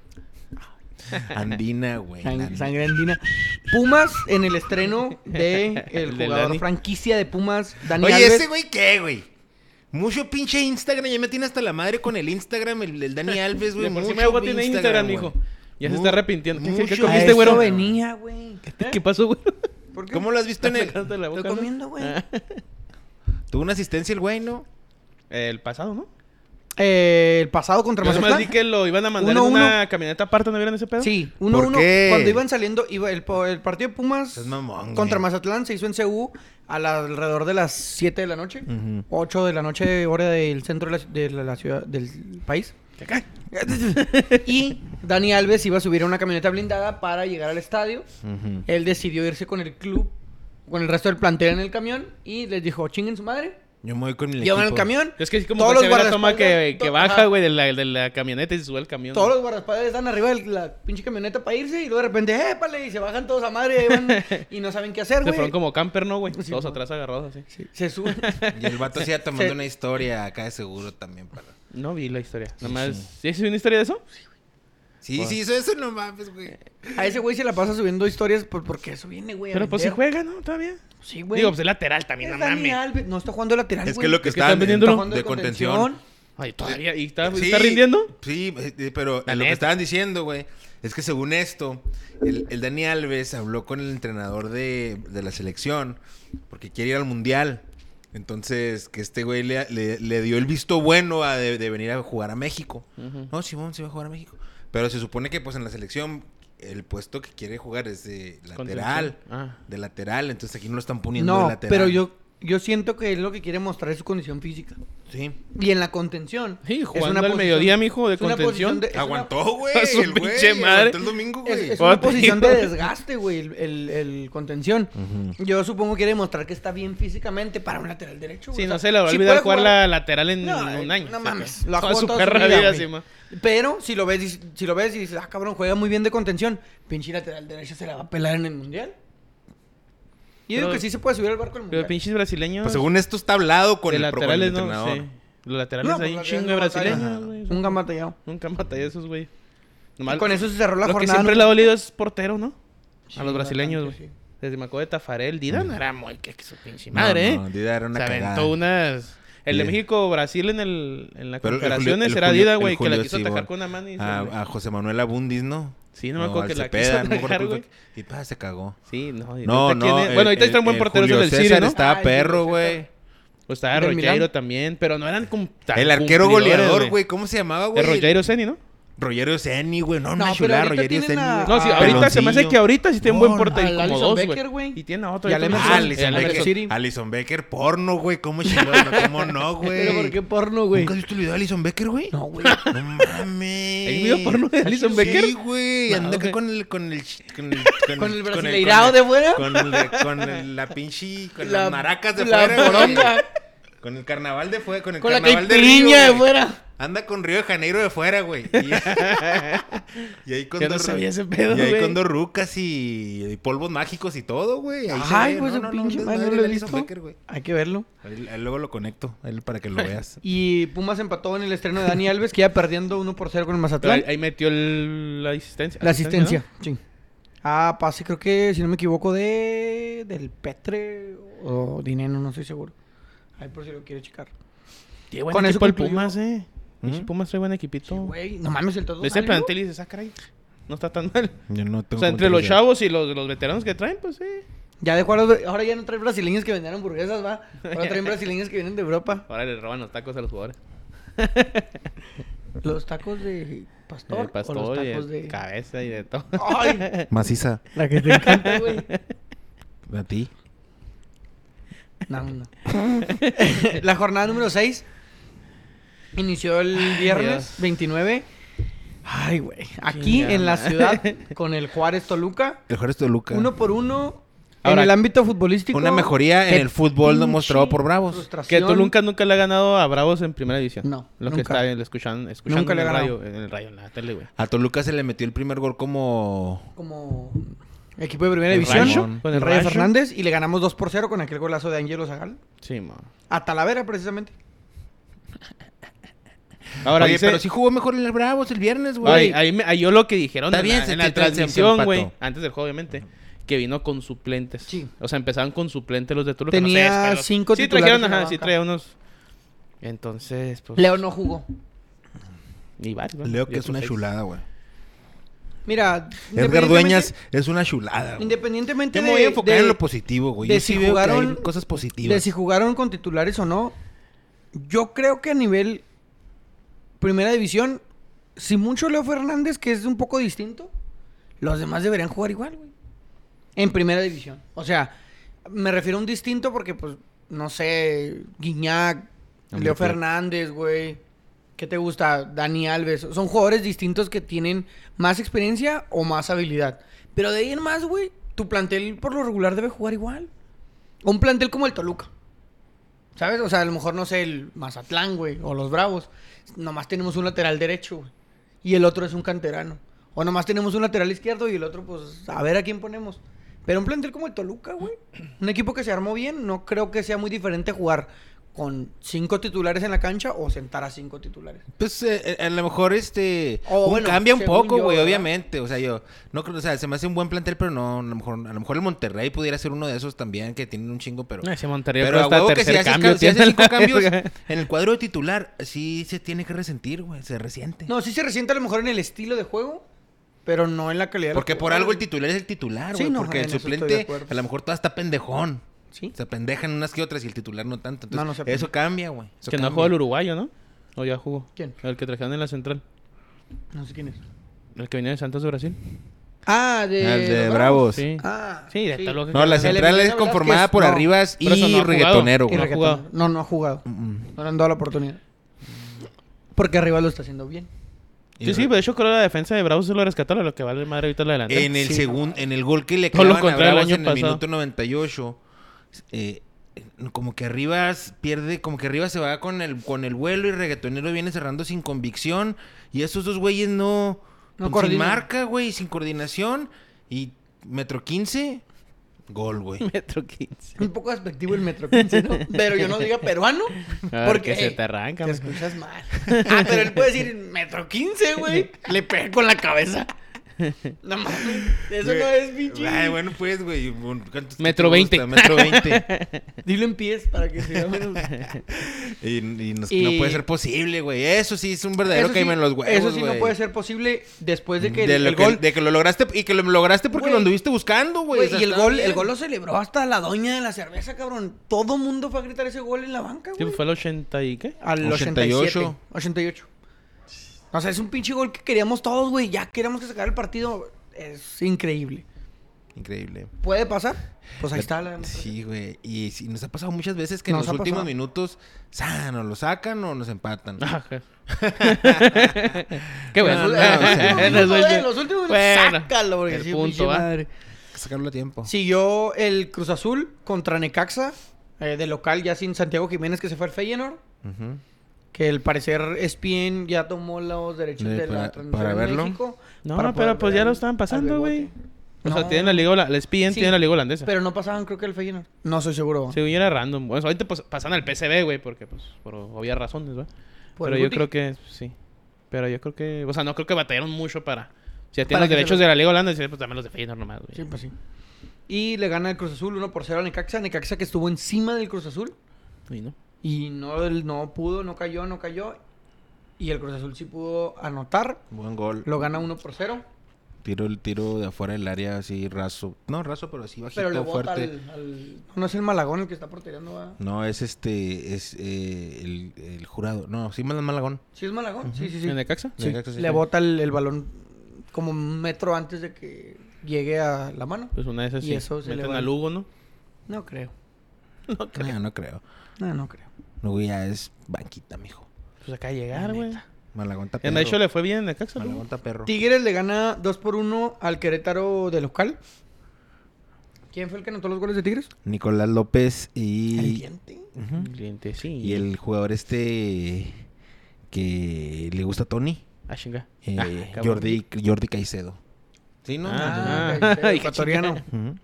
A: Andina, güey.
C: Sang-
A: Andina.
C: sangre andina. Pumas en el estreno de el
B: El del
C: jugador
B: Dani.
C: franquicia de Pumas, Dani
A: Oye,
C: Alves.
A: ese güey, ¿qué, güey? Mucho pinche Instagram, ya me tiene hasta la madre con el Instagram, el, el Dani Alves, güey.
B: De por sí
A: mucho
B: mi agua tiene Instagram,
A: güey.
B: mijo. Ya se
A: Mu-
B: está arrepintiendo. ¿Qué, qué
A: mucho.
C: A
B: comiste,
C: eso
B: este güero?
C: venía, güey.
B: ¿Qué pasó, güey?
C: ¿Por qué?
A: ¿Cómo lo has visto en el...?
B: Sacándote la
C: Estoy
B: boca, ¿no?
C: comiendo, güey.
B: Ah.
A: Tuvo una asistencia el güey, ¿no?
B: El pasado, ¿no?
C: Eh, el pasado contra
B: Yo más
C: Mazatlán.
B: di que lo iban a mandar
C: Uno,
B: en una camioneta aparte, ¿no vieron ese pedo?
C: Sí, 1-1. Uno,
A: ¿Por
C: uno.
A: qué?
C: Cuando iban saliendo, iba el, po- el partido de Pumas
A: Seas mamón,
C: contra
A: güey.
C: Mazatlán se hizo en CU a la- alrededor de las 7 de la noche.
A: Ujú.
C: 8 de la noche, hora del centro de la, de la- la ciudad, del país.
B: Que cae.
C: Y Dani Alves iba a subir a una camioneta blindada para llegar al estadio. Él decidió irse con el club, con el resto del plantel en el camión. Y les dijo, chinguen su madre.
A: Yo me voy con el
C: Llevan el
A: equipo.
C: camión.
B: Es que es como
C: Todos
B: que
C: los
B: se ve la toma
C: guardaespaldas-
B: que, que
C: to-
B: baja,
C: ajá.
B: güey, de la, de la camioneta y se sube al camión.
C: Todos
B: ¿no?
C: los guardaespaldas están arriba de la pinche camioneta para irse y luego de repente, ¡épale! Y se bajan todos a madre ahí van, y no saben qué hacer,
B: Se
C: güey.
B: fueron como camper, ¿no, güey?
C: Sí,
B: Todos
C: güey.
B: atrás agarrados así.
C: Sí, se suben.
A: Y el vato hacía tomando
C: Se-
A: una historia acá de seguro también para...
B: No vi la historia. Nada más. ¿Sí es una historia de eso?
A: Sí,
C: Pues.
A: sí, hizo eso, no mames, güey.
C: A ese güey se la pasa subiendo historias por, porque eso viene, güey. a
B: Pero pues si
C: vender.
B: juega, ¿no? Todavía.
C: Sí, güey.
B: Digo, pues es lateral también,
C: Es
B: no
C: Dani
B: mames.
C: Alves. No está jugando de lateral,
A: Es
C: güey.
A: que lo que
B: Es que
A: estaban
B: están
A: en-
B: vendiendo
C: está
B: ¿no?
C: jugando
A: de contención...
B: Ay, todavía. ¿Y está,
A: Sí,
B: está rindiendo?
A: Sí, eh, pero
B: La
A: lo que
B: neta.
A: estaban diciendo, güey, es que según esto, el, el Dani Alves habló con el entrenador de, de la selección porque quiere ir al mundial. Entonces, que este güey le, le- le dio el visto bueno a de, de venir a jugar a México.
B: Ujú.
A: No, Simón se va a jugar a México. Pero se supone que pues en la selección el puesto que quiere jugar es de lateral.
B: Contención. Ah.
A: De lateral, entonces aquí no lo están poniendo de
C: No,
A: lateral.
C: pero yo, yo siento que él lo que quiere mostrar es su condición física.
A: Sí.
C: Y en la contención.
B: Sí,
C: es
B: jugando
C: una
B: al
C: posición-
B: mediodía, mijo, de
C: es una
B: contención.
C: posición de- es una-
A: Aguantó, güey.
B: A su
A: el güey,
B: pinche madre.
A: aguantó el domingo,
C: Es,
A: güey.
C: es una
B: Ahora te
C: posición de
B: digo.
C: desgaste, güey, el, el- el contención. Yo supongo que quiere demostrar que está bien físicamente para un lateral derecho, güey.
B: Sí,
C: O
B: no
C: sea,
B: se le va a
C: sí
B: olvidar
C: puede
B: jugar
C: jugar-
B: la lateral en un año.
C: No
B: o sea,
C: mames,
B: que
C: lo ha
B: toda
C: jugado
B: su
C: toda
B: perra
C: su vida,
B: vida,
C: güey.
B: sí, ma.
C: Pero si lo ves, y- si lo ves y dices, ah, cabrón, juega muy bien de contención, pinche lateral derecho se la va a pelar en el mundial. Yo digo
B: Pero-
C: que sí se puede subir al barco al mundial.
B: Pero pinches brasileños.
A: Pues según esto está hablado con
B: de
A: el, pro- con el
B: laterales, no.
A: entrenador.
B: Sí. Los laterales
C: No, pues,
B: hay un
C: laterales
B: chingo
C: no
B: de
C: batallan.
B: brasileños, güey.
C: Un gamatallado.
B: Nunca maté a esos, güey. Nomás-
C: Y Con eso se cerró la
B: Lo que
C: jornada.
B: siempre
C: ¿no?
B: le ha dolido es portero, ¿no?
C: Sí,
B: a los brasileños, güey.
C: bastante,
B: Desde me acuerdo de Tafarel, Dida no era muy que que su pinche madre,
A: Mm. No, no,
B: ¿eh?
A: Dida era una
B: Se aventó
A: cagada.
B: unas. El de
A: Dida.
B: México-Brasil en, el, en la
A: Pero el
B: comparaciones
A: Julio- el
B: era
A: Julio-
B: Dida,
A: el
B: güey, que la
A: Julio
B: quiso
A: sí, Ah, bueno.
B: atajar con una mano y se-
A: A, a José Manuel Abundis, ¿no?
B: Sí, no me acuerdo
A: al
B: que la
A: Cepeda,
B: quiso
A: no me acuerdo
B: atajar,
A: quién fue
B: güey.
A: que- Y pa, se cagó.
B: Sí, no. y
A: No,
B: ahorita
A: no.
B: quién es- bueno, ahorita está un buen portero, es el del Cire, ¿no?
A: estaba
C: Ah, el
A: perro,
C: Julio César.
A: güey.
B: O estaba
C: del
B: Rogeiro
C: Milán.
B: también, pero no eran como tan
A: El arquero
B: cumplidores,
A: goleador, güey. ¿Cómo se llamaba,
B: El
A: güey?
B: Rogeiro Ceni, ¿no?
A: Rogerio Ceni, güey. No,
C: No,
A: una
C: pero
A: chulada,
C: ahorita
A: Rogerio
C: tienen
A: Ceni.
C: a-
A: güey.
B: No, sí,
C: Ah,
B: ahorita se me hace
A: Peloncillo.
B: que ahorita sí tiene un buen
A: No,
B: portero y
C: al
B: como
C: Alisson
B: dos,
C: Becker,
B: güey.
C: güey.
B: Y tiene a otro.
C: Y
B: ahorita
C: al
B: no
A: Ah,
B: sé.
C: Emerson-
B: El
A: Alison
C: Alison
A: Becker.
C: City.
A: Alison Becker, porno, güey. ¿Cómo chingado? no, ¿Cómo no, güey?
C: Pero ¿por qué porno, güey?
A: ¿Nunca has visto el video de Alison Becker, güey?
C: No, güey.
A: No mames.
B: ¿Hay video porno de Alison Becker?
A: Sí, güey.
B: No,
A: Anda acá
B: güey.
A: con el. Con el. ch- Con el.
C: Con el brasileirao de fuera.
A: Con, el- con el- la pinche. Con las maracas de
C: la
A: fuera. güey.
C: poronga,
A: Con el carnaval de fuera. Con el
C: Con la
A: carnaval de
C: caipirinha
A: Río,
C: de
A: güey.
C: fuera.
A: Anda con Río de Janeiro de fuera, güey. Y, y ahí con
B: Yo no
A: dos-
B: sabía ese pedo,
A: Y ahí
B: güey.
A: con dos rucas y, y polvos mágicos y todo, güey. Ahí se
C: Ay,
A: ve.
C: pues,
A: No, no, no,
C: pinche
A: un
C: madre, no
A: desmadre
C: lo he
A: del Alison
C: visto.
A: Becker, güey.
C: Hay que verlo.
A: Ahí- ahí luego lo conecto él para que lo veas.
C: Y Pumas empató en el estreno de Dani Alves, que iba perdiendo 1 por 0 con el
B: Pero
C: Mazatlán.
B: ahí, ahí metió el- la asistencia.
C: La asistencia, sí. Ah, pase, creo que, si no me equivoco, de del Petre o Dineno, no estoy seguro. Ahí por si lo quiere checar.
B: Con
C: Con
B: eso
C: eso
B: el
C: concluyó.
B: Pumas, eh.
A: Ujú.
B: El Pumas trae buen equipito.
C: Güey, no mames, el todo.
B: De ese plantel y dices, ah, caray, no está tan mal.
A: Yo no tengo
B: O sea, entre los
A: comentario.
B: chavos y los, los veteranos que traen, pues sí.
C: Ya dejó a los- ahora ya no traen brasileños que vendían hamburguesas, va. Ahora traen brasileños que vienen de Europa.
B: Ahora le roban los tacos a los jugadores.
C: Los tacos de pastor,
B: El Eh, pastor
C: o los
B: y
C: tacos
B: de
C: de
B: cabeza y de todo.
C: Ay,
A: Maciza,
C: la que te encanta, güey.
A: a ti.
C: No, no. la jornada número 6 inició el viernes
B: Dios.
C: 29. Ay, güey. Aquí
B: Chingada
C: en la
B: madre.
C: ciudad con el Juárez Toluca,
A: El Juárez Toluca.
C: uno por uno
B: Ahora,
C: en el ámbito futbolístico.
A: Una mejoría en
C: qué
A: el fútbol
C: pinche
A: demostrado por Bravos.
B: Que
C: frustración.
B: Toluca nunca le ha ganado a Bravos en primera división.
C: No,
B: Lo que
C: nunca.
B: está bien, lo escuchan, escuchando
C: Nunca le
B: en, el
C: ha ganado.
B: radio, en el radio, en la tele, güey.
A: A Toluca se le metió el primer gol como...
C: como equipo de primera
A: El
C: división,
A: Rancho,
C: ¿no?
B: con
C: con
B: el
C: el Rayo
B: Rancho.
C: Fernández y le ganamos 2 por 0 con aquel golazo de Angelo Zagal
B: Sí, ma.
C: a Talavera precisamente.
B: Ahora
A: Oye,
B: dice-
A: pero sí jugó mejor el Bravos el viernes,
B: Ay,
A: güey.
B: ahí, me- ahí yo lo que dijeron
A: Está
B: en,
A: bien,
B: la,
A: se
B: en
A: te-
B: la
A: se
B: transmisión,
A: empató.
B: güey. Antes del juego, obviamente. Que vino con suplentes.
C: Sí.
B: O sea, empezaban con suplentes los de Toluca.
C: Tenía
B: no sé, pero-
C: cinco
B: Sí,
C: titulares
B: trajeron,
C: en la
B: ajá, sí
C: banca.
B: traía unos. Entonces, pues.
C: Leo no jugó.
B: y varios, ¿no?
A: Leo que
B: Ya
A: es una
B: seis.
A: chulada, güey.
C: Mira,
A: Edgar
C: independientemente-
A: Dueñas es una chulada, güey.
C: Independientemente
A: Yo me voy a
C: de-
A: enfocar
C: de-
A: en lo positivo, güey.
C: de
A: Yo sí
C: si
A: veo que hay
C: jugaron-
A: cosas positivas.
C: de si jugaron con titulares o no. Yo creo que a nivel primera división, si mucho Leo Fernández, que es un poco distinto, los demás deberían jugar igual, güey. En primera división. O sea, me refiero a un distinto porque, pues, no sé, Guiñac,
A: Hombre,
C: Leo
A: fue-
C: Fernández, güey. ¿Qué te gusta? Dani Alves. Son jugadores distintos que tienen más experiencia o más habilidad. Pero de ahí en más, güey, tu plantel por lo regular debe jugar igual. Un plantel como el Toluca. ¿Sabes? O sea, a lo mejor no sé, el Mazatlán, güey, o los Bravos. Nomás tenemos un lateral derecho, güey. Y el otro es un canterano. O nomás tenemos un lateral izquierdo y el otro, pues, a ver a quién ponemos. Pero un plantel como el Toluca, güey. Un equipo que se armó bien, no creo que sea muy diferente jugar con cinco titulares en la cancha o sentar a cinco titulares.
A: Pues eh, eh, a lo mejor este
C: O,
A: un-
C: bueno,
A: cambia un
C: según
A: poco,
C: yo,
A: güey,
C: ¿verdad?
A: obviamente. O sea, yo no creo, o sea, se me hace un buen plantel, pero no, a lo mejor, a lo mejor el Monterrey pudiera ser uno de esos también que tienen un chingo, pero.
B: Ay, ese Eh, Monterrey
A: Pero a
B: hasta
A: huevo que si
B: tercer
A: haces, ca-
B: cambio
A: si haces
B: tiene
A: cinco
B: la
A: cambios
B: verga.
A: en el cuadro de titular, sí se tiene que resentir, güey, se resiente.
C: No, sí se resiente a lo mejor en el estilo de juego, pero no en la calidad. de
A: porque
C: los
A: por algo el
C: jugadores.
A: titular es el titular,
C: Sí,
A: güey.
C: no,
A: porque
C: en
A: el
C: eso estoy de
A: suplente
C: acuerdo.
A: a lo mejor toda está pendejón.
C: Sí.
A: Se pendejan unas que otras y el titular no tanto.
C: No, no
A: Entonces,
C: se pendeja.
A: eso cambia, güey. eso
B: Que no
A: cambia.
B: jugó el uruguayo, ¿no? O ya jugó.
C: ¿Quién?
B: El que trajeron en la central.
C: No sé quién es.
B: El que venía de Santos de Brasil.
C: Ah, de.
A: El de
C: los
A: Bravos.
B: Sí.
C: Ah,
B: Sí, de tal
A: No, la
C: El
A: central es
C: Emiliano
A: conformada
C: Velázquez,
A: por
C: no.
A: arribas
B: Por eso no ha
A: y
B: jugado.
A: reggaetonero,
C: Y
A: güey.
B: No ha
C: reggaetonero.
B: jugado.
C: No, no ha jugado.
A: Mm.
C: No le han dado la oportunidad. Porque arriba lo está haciendo bien.
B: Sí, sí, de hecho creo que la defensa de Bravos se lo rescataron. Lo que vale madre ahorita es la delantera.
A: En el
C: Sí.
A: segun- en el gol que le
B: Todo lo
A: clavan a
B: contrario al
A: Bravos
B: año
A: en el
B: pasado.
A: minuto 98, eh, como que Rivas pierde, como que Rivas se va con el con el vuelo y reggaetonero viene cerrando sin convicción y esos dos güeyes no,
C: No
A: pues, sin
C: coordinan.
A: marca, güey, sin coordinación y metro 15 gol, güey.
B: Metro 15.
C: Un poco despectivo el Metro 15, ¿no? Pero yo no diga peruano.
B: Ah,
C: Porque
B: que se
C: ey,
B: te arranca,
C: Te
B: mijo.
C: escuchas mal. Ah, pero él puede decir Metro 15, güey. Le pega con la cabeza. No mames. Eso no es pinche.
A: Ay, bueno, pues, güey. ¿cuántos te
B: Metro
A: gusta?
B: 20.
A: Metro 20.
C: Dilo en pies para que se vea menos.
A: Y, y no,
C: Y-
A: no puede ser posible, güey. Eso sí es un verdadero
C: Eso
A: que
C: sí,
A: en los huevos,
C: eso sí no
A: güey.
C: puede ser posible después de que
A: de
C: el,
A: lo
C: el
A: que-
C: gol.
A: de que lo lograste y que lo lograste porque
C: Güey.
A: lo anduviste buscando, güey.
C: Güey,
A: O sea,
C: y el
A: está
C: gol,
A: bien.
C: el gol lo celebró hasta la doña de la cerveza, cabrón. Todo mundo fue a gritar ese gol en la banca,
B: Sí,
C: güey.
B: fue el 80 y qué?
C: Al
A: 88.
C: 88. 88. O sea, es un pinche gol que queríamos todos, güey. Ya queríamos que sacara el partido. Es increíble.
A: Increíble.
C: ¿Puede pasar? Pues ahí
A: La-
C: está la demostración.
A: Sí, güey. Y sí, nos ha pasado muchas veces que en
C: Nos
A: los
C: ha
A: últimos
C: pasado.
A: minutos, sa, nos lo sacan o nos empatan.
B: Ajá. qué Ah, bueno.
A: No, no,
C: Los-
A: o sea,
C: los últimos minutos, eh, los últimos minutos,
B: Bueno,
C: sácalo, porque
B: el
C: sí,
B: punto,
C: pinche
B: va.
C: madre.
A: Hay que sacarlo a tiempo.
C: Siguió el Cruz Azul contra Necaxa, eh, de local ya sin Santiago Jiménez que se fue al Feyenoord.
A: Ujú.
C: Que al parecer ESPN ya tomó los derechos
A: Sí,
C: de
A: para-
C: la transmisión
A: para
C: en
A: verlo.
C: México.
B: No,
C: para poder
B: pero pues
C: ver
B: ya lo
C: al-
B: estaban
C: al
B: pasando, güey.
C: Bebote.
B: O sea,
C: No.
B: tienen la liga hola- la ESPN
C: Sí.
B: tiene la liga holandesa.
C: Pero no pasaban, creo que el Feyenoord. No soy seguro.
B: Según yo era random. Bueno, ahorita pues, pasan al PCB, güey, porque pues por obvias razones, güey.
C: Por
B: Pero
C: el
B: yo
C: Guti.
B: creo que sí. Pero yo creo que, o sea, no creo que batallaron mucho para si ya
C: Para
B: tienen
C: que
B: los
C: se
B: derechos
C: los-
B: de la liga holandesa, pues también los de Feyenoord nomás, güey.
C: Sí, pues sí. Y le gana el Cruz Azul 1 por 0 al Necaxa. Necaxa que estuvo encima del Cruz Azul. pues.
B: Y no.
C: Y no, no pudo, no cayó, no cayó. Y el Cruz Azul sí pudo anotar.
A: Buen gol.
C: Lo gana 1 por 0.
A: Tiro el tiro de afuera del área así raso. No, raso, pero así bajito,
C: Pero lo bota
A: fuerte.
C: al, al- No es el Malagón el que está portereando. ¿va?
A: No, es este, es eh, el, el jurado. No, sí, Mal- Malagón.
C: ¿Sí es Malagón? Sí, sí, sí.
B: ¿En Necaxa?
A: Sí. Necaxa, sí,
C: Le
A: sí.
C: bota el, el balón como un metro antes de que llegue a la mano.
B: Pues una de esas
C: Y
B: sí.
C: eso se le
B: Meten
C: va
B: a
C: al-
B: Lugo, ¿no?
C: No creo.
B: No creo.
A: No, Ah, no creo.
C: No, no creo.
A: Luego ya es banquita, mijo.
B: Pues acá de llegar, güey.
A: Malagón está perro.
B: En hecho le fue bien en Necaxa, Lugo?
A: Malagón está perro.
C: Tigres le gana 2 por 1 al Querétaro de local. ¿Quién fue el que anotó los goles de Tigres?
A: Nicolás López
C: El
A: y...
C: diente.
A: Ujú.
B: Cliente, sí.
A: Y el jugador este que le gusta a Tony,
B: Ah, chinga.
A: eh,
B: Ah, cabrón.
A: Jordi, Jordi Caicedo. ¿Sí, no?
B: Ah,
C: Ah,
B: ah.
C: ecuatoriano.
A: Ujú.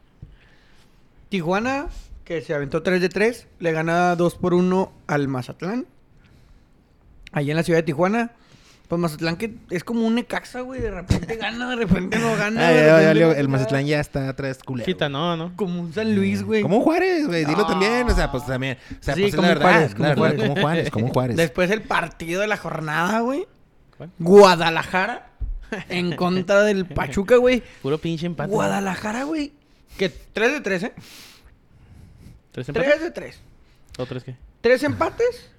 C: Tijuana, que se aventó 3 de 3, le gana 2 por 1 al Mazatlán. Allá en la ciudad de Tijuana. Pues Mazatlán que es como un Necaxa, güey. De repente gana, de repente no gana.
A: Ah,
C: de
A: ya
C: repente
A: valió,
C: no
A: el
C: gana.
A: Mazatlán Mm, ya está atrás culero.
B: Quita, no, no.
C: Como un San Luis, güey.
A: Como un Juárez, güey. Dilo
C: Ah.
A: también. O sea, pues también. O sea,
C: Sí,
A: pues es
C: como
A: la
C: un
A: verdad.
C: Juárez,
A: la
C: como un
A: verdad,
C: Juárez.
A: como un Juárez, como un Juárez.
C: Después el partido de la jornada, güey.
B: ¿Cuál?
C: Guadalajara en contra del Pachuca, güey.
B: Puro pinche empate.
C: Guadalajara, güey. Que 3 de 3, ¿eh?
B: ¿Tres empates?
C: 3 de 3.
B: ¿O tres qué?
C: Tres empates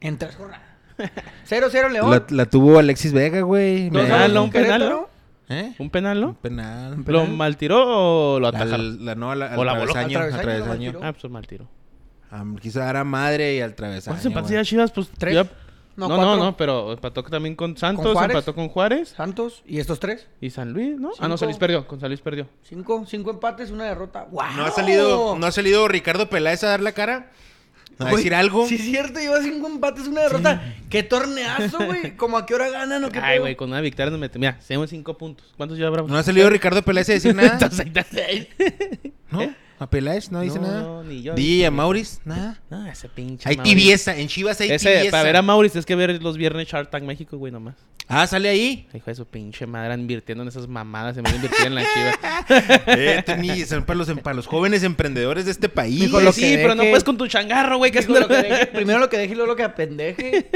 C: en tres jornadas. 0-0 León.
A: La, la tuvo Alexis Vega, güey.
C: Dos
A: Me-
B: penal, ¿no?
C: penal,
B: un penal,
C: Querétaro.
A: ¿Eh?
B: ¿Un penal,
A: Un
B: no?
A: penal.
B: ¿Lo mal tiró o lo
A: Al-
B: atajaron?
A: la, no, al, al
B: O la voló.
A: travesaño.
C: Al
A: Al
C: travesaño, lo
A: travesaño.
C: tiró.
B: Ah, pues un mal tiro.
A: Am, quiso dar a madre y al travesaño.
B: ¿Cuántos empates
A: güey.
B: ya Chivas? Pues
C: Tres.
B: ya-
C: No,
B: No, no,
C: cuatro.
B: no, pero empató también con Santos,
C: ¿Con Juárez?
B: empató con Juárez
C: Santos. ¿Y estos tres?
B: y San Luis, ¿no? Ah, no,
C: Cinco.
B: San Luis perdió, con San Luis perdió.
C: Cinco, cinco empates, una derrota. ¡Wow!
A: ¿No ha salido, no ha salido Ricardo Peláez a dar la cara? ¿A decir algo?
C: Sí, es cierto, lleva cinco empates, una derrota. ¡Qué torneazo, güey! ¿Cómo a qué hora ganan o qué
B: Ay,
C: pedo?
B: güey, con una victoria nos metemos. Mira, tenemos cinco puntos. ¿Cuántos lleva Bravos?
A: ¿No ha salido Ricardo Peláez a decir nada?
B: Entonces, ahí está.
A: ¿No?
C: ¿eh?
A: ¿A Peláez no dice
B: No,
A: nada?
B: no, ni yo.
A: ¿DJ y a Mauris? Nada.
B: No, ese pinche.
A: Hay
B: Mauricio.
A: tibieza. En Chivas hay
B: Ese,
A: tibieza.
B: para ver a Mauricio es que ver los viernes Shark Tank México, güey, nomás.
A: Ah, sale ahí.
B: Hijo de su pinche madre, invirtiendo en esas mamadas, en vez de invertir en la chiva.
A: Eh, tú ni- son para los, para los jóvenes emprendedores de este país.
C: Mijo, lo
B: sí,
C: que
B: pero no
C: deje.
B: puedes con tu changarro, güey, que es
C: Dijo lo que deje- primero lo que deje y luego lo que apendeje.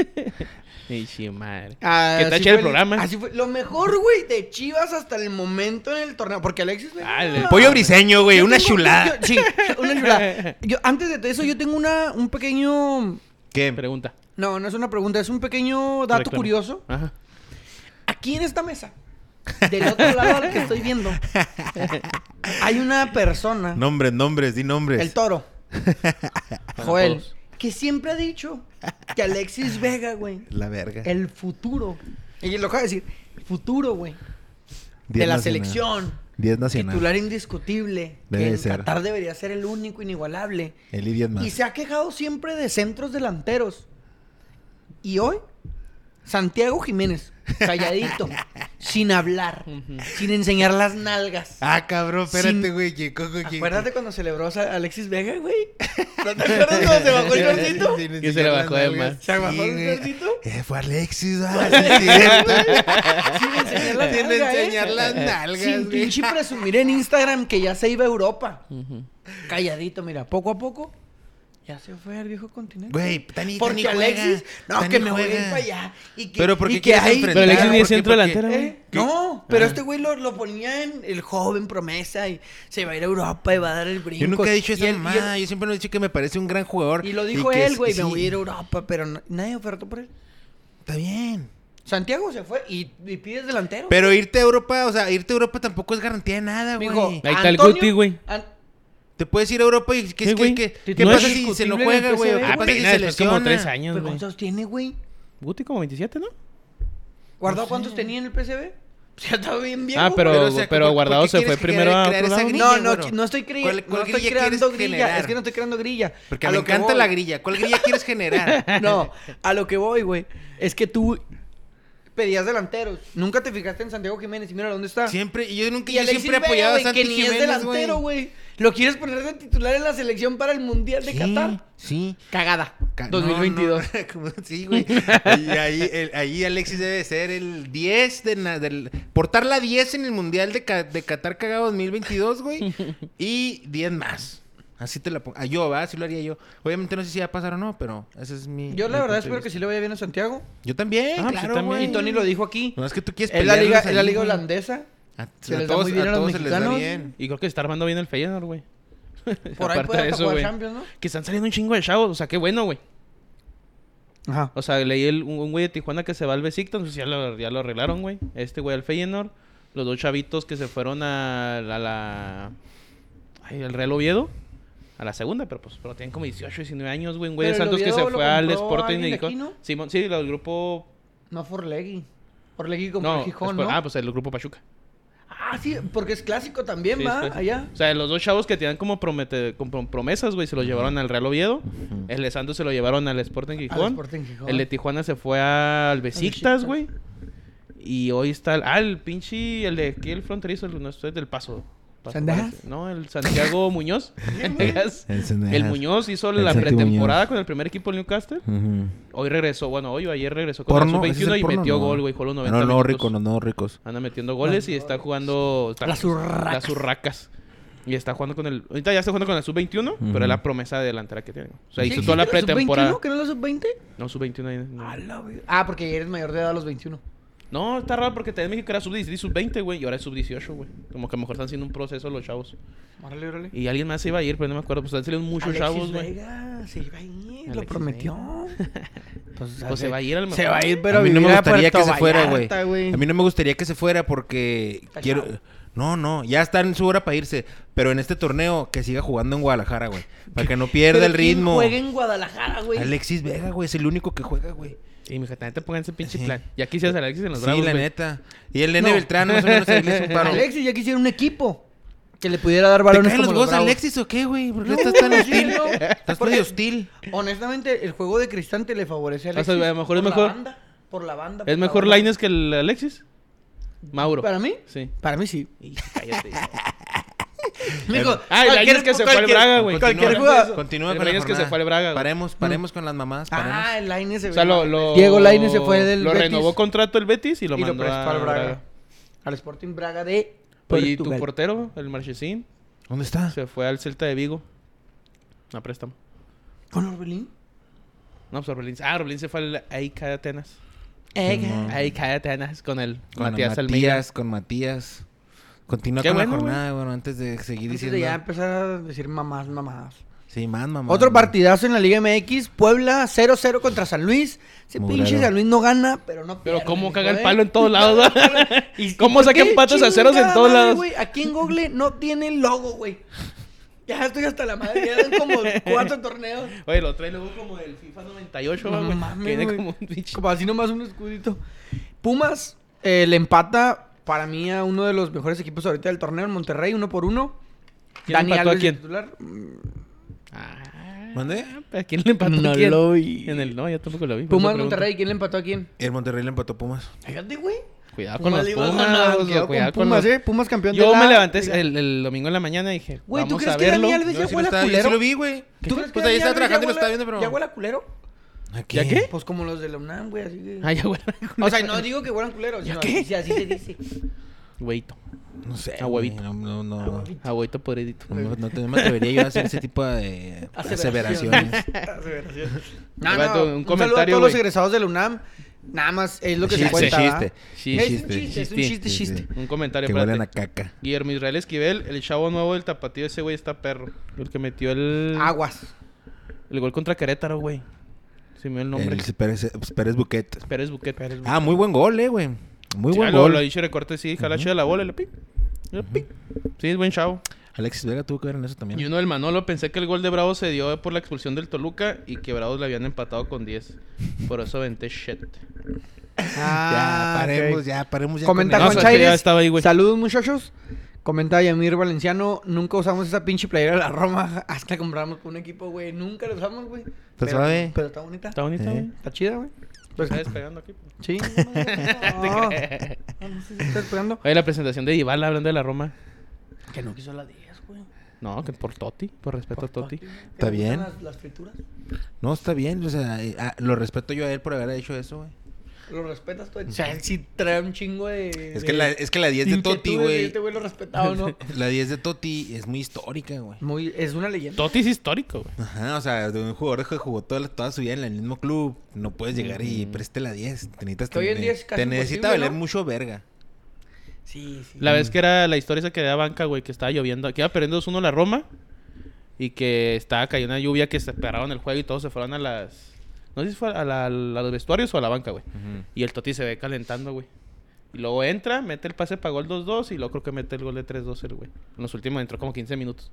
B: Pinche madre.
C: Ah,
B: Que está
C: así
B: chido el
C: fue
B: programa.
C: Así fue. Lo mejor, güey, de Chivas hasta el momento en el torneo. Porque Alexis... Vega-
B: Ah, el
A: El pollo briseño, güey.
C: Yo
A: Una
C: tengo-
A: chulada.
C: yo- sí, una chulada. Yo, antes de eso, yo tengo una, un pequeño.
A: ¿Qué?
B: Pregunta.
C: No, no es una pregunta, es un pequeño dato
B: Reclamo.
C: curioso.
B: Ajá.
C: Aquí en esta mesa, del otro lado al que estoy viendo, hay una persona,
A: Nombres, nombres, di nombres.
C: el toro, Joel,
B: todos.
C: que siempre ha dicho que Alexis Vega, güey,
A: La verga.
C: el futuro. Ella lo acaba de decir, futuro, güey, de
A: Diez
C: la
A: nacional.
C: selección.
A: 10 nacional.
C: Titular indiscutible.
A: Debe
C: que en
A: ser.
C: Qatar debería ser el único inigualable.
A: El I 10 más.
C: Y se ha quejado siempre de centros delanteros. Y hoy, Santiago Jiménez, calladito, sin hablar, sin enseñar las nalgas.
A: Ah, cabrón,
C: Sin-
A: espérate, güey. que cojo, que-
C: Acuérdate cuando celebró a Alexis Vega, güey. ¿No te acuerdas cuando se bajó el shortcito?
A: Sin
B: Que se le
A: enseñar
B: bajó
A: las
B: de
A: nalgas.
B: más.
C: ¿Se bajó el
A: güey.
C: shortcito?
A: Eh, fue Alexis, ah, sí, es cierto.
C: Sin enseñar las
A: Sin
C: nalgas, ¿eh?
A: enseñar las nalgas,
C: Sin
A: güey.
C: pinche presumir en Instagram que ya se iba a Europa. Calladito, mira, poco a poco ya se fue al viejo continente.
A: Güey, Tani,
C: Porque
A: Tani juega,
C: Alexis, no,
A: Tani
C: que me voy a
A: juega.
C: ir para allá. Y que,
A: Pero ¿por
C: y
A: qué
C: que
A: quieres
C: ahí-
A: enfrentar?
B: Pero Alexis
A: ¿Por
B: ni
A: qué?
B: es centro
A: ¿Por qué?
B: delantero, güey. Ah.
C: ¿Eh? No, pero este güey lo, lo ponía en el joven promesa y se va a ir a Europa y va a dar el brinco.
A: Yo nunca he dicho
C: Y
A: esa
C: él- y él-
A: mamá. Yo siempre lo he dicho que me parece un gran jugador.
C: Y, lo dijo
A: que
C: él,
A: es-
C: güey,
A: sí,
C: me voy a ir a Europa, pero no- nadie ofertó por él.
A: Está bien.
C: Santiago se fue y, y pides delantero.
A: Pero irte a Europa, o sea, irte a Europa tampoco es garantía de nada, güey.
C: Mijo,
B: Ahí está el
C: Antonio-
B: Guti, güey.
C: An-
A: Te puedes ir a Europa y ¿qué,
B: Sí,
A: qué-
B: güey.
A: qué-
B: Sí,
A: qué
B: no
A: pasa
C: es
A: si se no
C: discutible en
A: juega,
C: el
A: güey? ¿O ¿Qué
C: PSV,
A: pasa si
B: Apenas
A: se
B: Ah, después
A: lesiona? Pues,
B: como tres años,
C: ¿Pero
B: güey.
C: cuántos tiene, güey?
B: Guti como 27, ¿no?
C: ¿Guardado cuántos tenía en el PCB? Ya está bien viejo.
B: Ah, pero,
A: Pero,
B: pero,
A: o sea, ¿por-
B: Guardado
A: por qué
B: se fue
A: quieres
B: primero
A: crear-
B: a
A: crear
B: otro
A: esa
B: lado.
A: grilla?
C: No, no,
A: güey.
C: no estoy creyendo.
A: ¿Cuál- cuál
C: no estoy
A: grilla quieres
C: creando grilla.
A: generar?
C: Es que no estoy creando grilla.
A: Porque
C: A
A: me
C: lo que
A: encanta
C: voy-
A: la grilla. ¿Cuál grilla quieres generar?
C: No, a lo que voy, güey. Es que tú pedías delanteros. Nunca te fijaste en Santiago Jiménez y mira dónde está.
A: Siempre, y yo nunca,
C: Y
A: yo
C: Alexis
A: siempre he
C: Vega,
A: apoyado
C: güey,
A: a Santi
C: que ni es
A: Jiménez, güey.
C: delantero, güey. Lo quieres poner de titular en la selección para el Mundial de Qatar.
A: Sí.
C: Cagada.
A: Ca- no,
C: 2022.
A: no, como- sí, güey. Y ahí, el- ahí Alexis debe ser el 10 de na- del... Portar la 10 en el Mundial de, Ca- de Qatar Cagado 2022, güey. Y 10 más. Así te la pongo. Ah, yo, va, así lo haría yo. Obviamente no sé si va a pasar o no, pero ese es mi...
C: Yo
A: mi
C: la
A: punto
C: verdad
A: de
C: espero que
A: vista.
C: sí le vaya bien a Santiago.
A: Yo también,
B: Ah, pues yo
A: claro,
B: también.
A: güey.
C: Y Tony lo dijo aquí.
A: No, es que tú quieres
C: Es la liga,
A: pelearlos
C: es la
A: ahí,
C: liga
A: güey.
C: holandesa.
A: A,
C: Se
A: a
C: les da
A: todos,
C: muy bien
A: a
C: a los
A: todos se les da
C: mexicanos.
A: bien.
B: Y creo que se está armando bien el Feyenoord, güey.
C: Por ahí
B: Aparte
C: puede
B: de
C: hasta
B: eso,
C: jugar
B: güey.
C: Champions, ¿no?
B: Que están saliendo un chingo de chavos. O sea, qué bueno, güey.
C: Ajá.
B: O sea, leí el- un un güey de Tijuana que se va al Besiktas. pues ya lo, ya lo arreglaron, güey. Este güey al Feyenoord. Los dos chavitos que se fueron a, a la... Ay, al Real Oviedo. A la segunda, pero pues pero tienen como 18, 19 años, güey. Un güey de
C: Pero el
B: Santos que se
C: Oviedo lo
B: fue al
C: compró
B: Sporting
C: alguien
B: de
C: de aquí,
B: Gijón.
C: ¿no?
B: Simón, sí, lo del grupo...
C: No Forlegui. Forlegui compró
B: No,
C: el Gijón,
B: Sport-
C: ¿no?
B: Ah, pues el grupo Pachuca.
C: Ah, sí, porque es clásico también,
B: Sí,
C: ¿va?
B: después.
C: Allá.
B: O sea, los dos chavos que tenían como, promete, como prom- promesas, güey, se los llevaron al Real Oviedo. El de Santos se lo llevaron al Sporting Gijón.
C: Sporting Gijón.
B: El de Tijuana se fue al Besiktas, güey. Y hoy está el... Ah, el pinche... El de aquí, el fronterizo, el, no, este es del Paso. Paso
C: ¿Sandejas?
B: parece. No, el Santiago Muñoz. Sandejas.
A: El Sandejas.
B: el Muñoz hizo
A: El
B: la
A: Santi
B: pretemporada
A: Muñoz.
B: con el primer equipo del Newcastle.
A: Ujú.
B: Hoy regresó, bueno, hoy o ayer regresó con
A: Porno,
B: el
A: ¿ese es el
B: sub-21 y
A: porno?
B: metió
A: No.
B: gol, güey. Jugó los
A: Ah,
B: 90
A: No, no,
B: minutos.
A: ricos, no, no, ricos.
B: Anda metiendo goles y está jugando... está-
C: Las urracas.
B: Las urracas. Y está jugando con el... Ahorita ya está jugando con la sub-21, pero es la promesa delantera que tiene. O sea,
C: Sí,
B: hizo
C: sí,
B: toda la
C: pero sub-21,
B: pretemporada.
C: ¿Que no la sub-20?
B: No, sub-21. ahí, no.
C: A la ver- Ah, porque eres mayor de edad a los 21.
B: No, está raro porque también México era sub-16 y sub-20, güey. Y ahora es sub-18, güey. Como que a lo mejor están haciendo un proceso los chavos.
C: Órale, órale.
B: Y alguien más se iba a ir, pero no me acuerdo. Pues están saliendo muchos
C: Alexis
B: chavos, güey.
C: Vega se iba a ir, lo
B: Alexis
C: prometió.
B: Pues se va a ir al mejor.
C: Se va a ir, pero
A: a mí no me
C: vivir a
A: gustaría que
C: Puerto
A: se fuera,
C: Vallarta,
A: güey. A mí no me gustaría que se fuera porque quiero.
C: chavo.
A: No, no, ya está en su hora para irse. Pero en este torneo que siga jugando en Guadalajara, güey. Para que no pierda
C: Pero
A: el
C: ¿quién
A: ritmo.
C: Juega en Guadalajara, güey.
A: Alexis Vega, güey, es el único que juega, güey.
B: Y mi hija, también te pongan ese pinche
A: Sí.
B: plan. Y aquí se hace Alexis en los
A: Sí,
B: bravos,
A: la
B: güey.
A: neta. Y el nene
C: No.
A: Beltrán, más o menos, ahí le hizo un paro.
C: Alexis ya quisiera un equipo que le pudiera dar
A: ¿Te
C: balones
A: caen
C: como
A: los
C: los
A: huevos a
C: Bravos.
A: Alexis o qué, güey? ¿Por qué
C: No,
A: estás tan
C: no,
A: hostil?
C: no.
A: Estás
C: Porque-
A: muy hostil.
C: Honestamente, el juego de Cristante le favorece a
B: O sea,
C: Alexis.
B: a lo mejor es
C: por
B: mejor-
C: La banda, por la banda.
B: ¿Es
C: por la
B: mejor
C: banda.
B: Lines que el Alexis? Mauro.
C: ¿Para mí?
B: Sí.
C: Para mí sí.
B: Y cállate.
C: Mijo,
B: Ah, el
C: cualquier-
B: Lainez que se fue al
C: cualquier-
B: Braga, güey.
C: Cualquier
B: Continúa.
C: jugador.
A: Continúa
B: El
A: con la
B: Reyes que se
A: jornada.
B: fue al Braga, güey.
A: Paremos, paremos con las mamás. Paremos.
C: Ah, el Lainez se
B: O sea, lo,
C: fue.
B: lo-
C: Diego Lainez se fue del
B: Lo
C: Betis.
B: renovó contrato el Betis y lo
C: y lo
B: mandó
C: prestó
B: a
C: al Braga.
B: Braga.
C: Al Sporting Braga de
B: Oye, ¿y tu
C: Portugal. Ah.
B: portero, el Marchesín,
A: ¿Dónde está?
B: se fue al Celta de Vigo. A préstamo.
C: ¿Con Orbelín?
B: No, pues Orbelín. Ah, Orbelín se fue al AIK de Atenas.
A: Simón.
B: AIK de Atenas con el
A: Con
B: Matías
A: Matías,
B: Almeida.
A: con Matías. Continúa
B: Qué
A: con
B: bueno,
A: la
B: güey.
A: jornada, bueno, antes de seguir
C: Antes
A: diciendo.
C: de ya empezar a decir mamás, mamás.
A: Sí, más mamá.
C: Otro
A: güey.
C: partidazo en la Liga MX, Puebla 0-0 contra San Luis. Ese
A: Mugrero.
C: pinche San Luis no gana, pero no
B: Pero
C: pierde,
B: cómo
C: hijo
B: caga el
C: de-
B: palo en todos lados. ¿Y cómo
C: eh. ¿Por
B: sacan
C: qué
B: patos a ceros en
C: chingada
B: todos
C: madre,
B: lados?
C: güey? Aquí en Google no tiene logo, güey. Ya estoy hasta la madre, ya son como cuatro torneos.
B: Oye, lo trae luego como del FIFA 98,
C: No
B: güey.
C: mames,
B: que Tiene
C: güey.
B: como un pinche...
C: Como así nomás un escudito. Pumas eh, le empata para mí a uno de los mejores equipos ahorita del torneo, el Monterrey, uno por uno.
B: ¿Quién empató a
C: Alves de
B: quién? Pues
C: titular.
B: Ah,
A: ¿Mande?
B: ¿A quién le empató?
C: No
B: ¿Quién?
C: lo vi.
B: En el... No, yo tampoco lo vi. por eso
C: Pumas
B: pregunto.
C: Monterrey, ¿quién le empató a quién?
A: El Monterrey le empató a Pumas.
C: Fíjate, güey.
B: Cuidado con
C: Pumas
B: los
C: le iba ganando,
B: Pumas.
C: quedó
B: güey,
C: con
B: Cuidado con
C: Pumas,
B: los...
C: eh. Pumas campeón de
B: Yo
C: la-
B: me levanté el, el domingo en la mañana y dije,
C: Güey, ¿tú
B: vamos
C: crees
B: a
C: que Dani
B: verlo.
C: Alves
A: Yo
C: ya
A: sí,
C: huele
A: lo
C: a
A: estaba, yo sí
C: culero?
A: lo vi, güey.
C: ¿Tú
A: Tú,
C: crees
A: pues
C: que
A: ahí
C: Dani
A: estaba
C: Alves
A: trabajando y lo
C: ya
A: estaba
C: huele-
A: viendo, pero.
C: ¿Ya huele a culero?
A: ¿A
B: ¿Ya qué?
C: Pues como los de la UNAM, güey, así que...
B: Ah, ya, güey.
C: O sea, no digo que fueran culeros, sino
B: qué?
C: así- así se dice.
B: Güeyito.
A: No sé.
B: A huevito.
A: güey, No, no, no.
B: Agüito podridito.
A: No, me- no te- no me atrevería yo a hacer ese tipo de aseveraciones.
C: Aseveraciones. Aseveraciones. No,
B: Vato,
C: no,
B: un
C: un, saludo a
B: comentario,
C: todos
B: güey.
C: los egresados de la UNAM. Nada más es lo que
A: Chiste,
C: se cuenta. ¿va?
A: chiste.
B: Sí,
C: es
A: chiste,
C: un chiste, es un
B: chiste,
C: chiste, chiste.
B: Un comentario
A: Que
B: espérate.
A: huelen a caca.
B: Guillermo Israel Esquivel, el chavo nuevo del tapatío, ese güey está perro. El que metió el,
C: Aguas. el
B: el gol contra Querétaro, güey. Se me dio el nombre.
A: El Pérez, eh, pues, Pérez Buquet.
B: Pérez Buquet. Pérez
A: Ah, muy buen gol, eh, güey. Muy buen
B: lo, lo
A: gol.
B: dicho recorte, sí, jala chida la bola y le pin. Le pin. Sí, es buen chavo.
A: Alexis Vega tuvo que ver en eso
B: Y
A: también.
B: uno del Manolo, pensé que el gol de Bravo se dio por la expulsión del Toluca y que Bravos le habían empatado con 10. Por eso venté shit.
C: Ah,
A: ya, paremos,
C: ok.
A: ya, paremos. Ya
C: Comenta
A: con
B: No,
A: eso.
C: Juan
B: sabes que
C: Chaires.
B: ya estaba ahí, güey.
C: Saludos, muchachos. Comenta Yamir Valenciano. Nunca usamos esa pinche playera de la Roma. Hasta compramos con un equipo, güey. Nunca la usamos, güey. Pero,
A: suave.
C: pero está bonita.
B: Está
C: Está,
B: bonito,
A: Eh.
B: güey.
C: chida, güey. Pues,
B: Está despegando aquí.
C: sí. No, no sé si está esperando.
B: Oye, la presentación de Dybala hablando de la Roma.
C: Que no quiso la 10, güey.
B: No, que por Totti, por respeto a Totti.
A: Está bien.
C: Las, las frituras.
A: No, está bien. O sea, eh, ah, lo respeto yo a él por haber hecho eso, güey.
C: Lo respetas
B: Mm.
C: todo. O sea, él sí trae un chingo de.
A: Es que la, es que la 10 de Toti, güey.
C: Este güey lo respetaba, ¿no?
A: La 10 de Toti es muy histórica, güey.
C: Muy, es una leyenda.
B: Totti es histórico, güey.
A: Ajá, o sea, de un jugador que jugó toda, la- toda su vida en el mismo club, no puedes llegar y preste la 10. Te necesitas
C: Que hoy en día es casi
A: Te necesita
C: imposible,
A: valer
C: ¿no?
A: mucho verga.
C: Sí, sí.
A: Mm.
B: La vez que era la historia esa que era banca, güey, que estaba lloviendo, que iba perdiendo 2-1 la Roma y que estaba cayendo una lluvia que se pararon el juego y todos se fueron a las. No sé si fue a, la- a los vestuarios o a la banca, güey. Y el Totti se ve calentando, güey. Y luego entra, mete el pase para gol 2-2 y luego creo que mete el gol de 3-2 el güey. En los últimos entró como 15 minutos.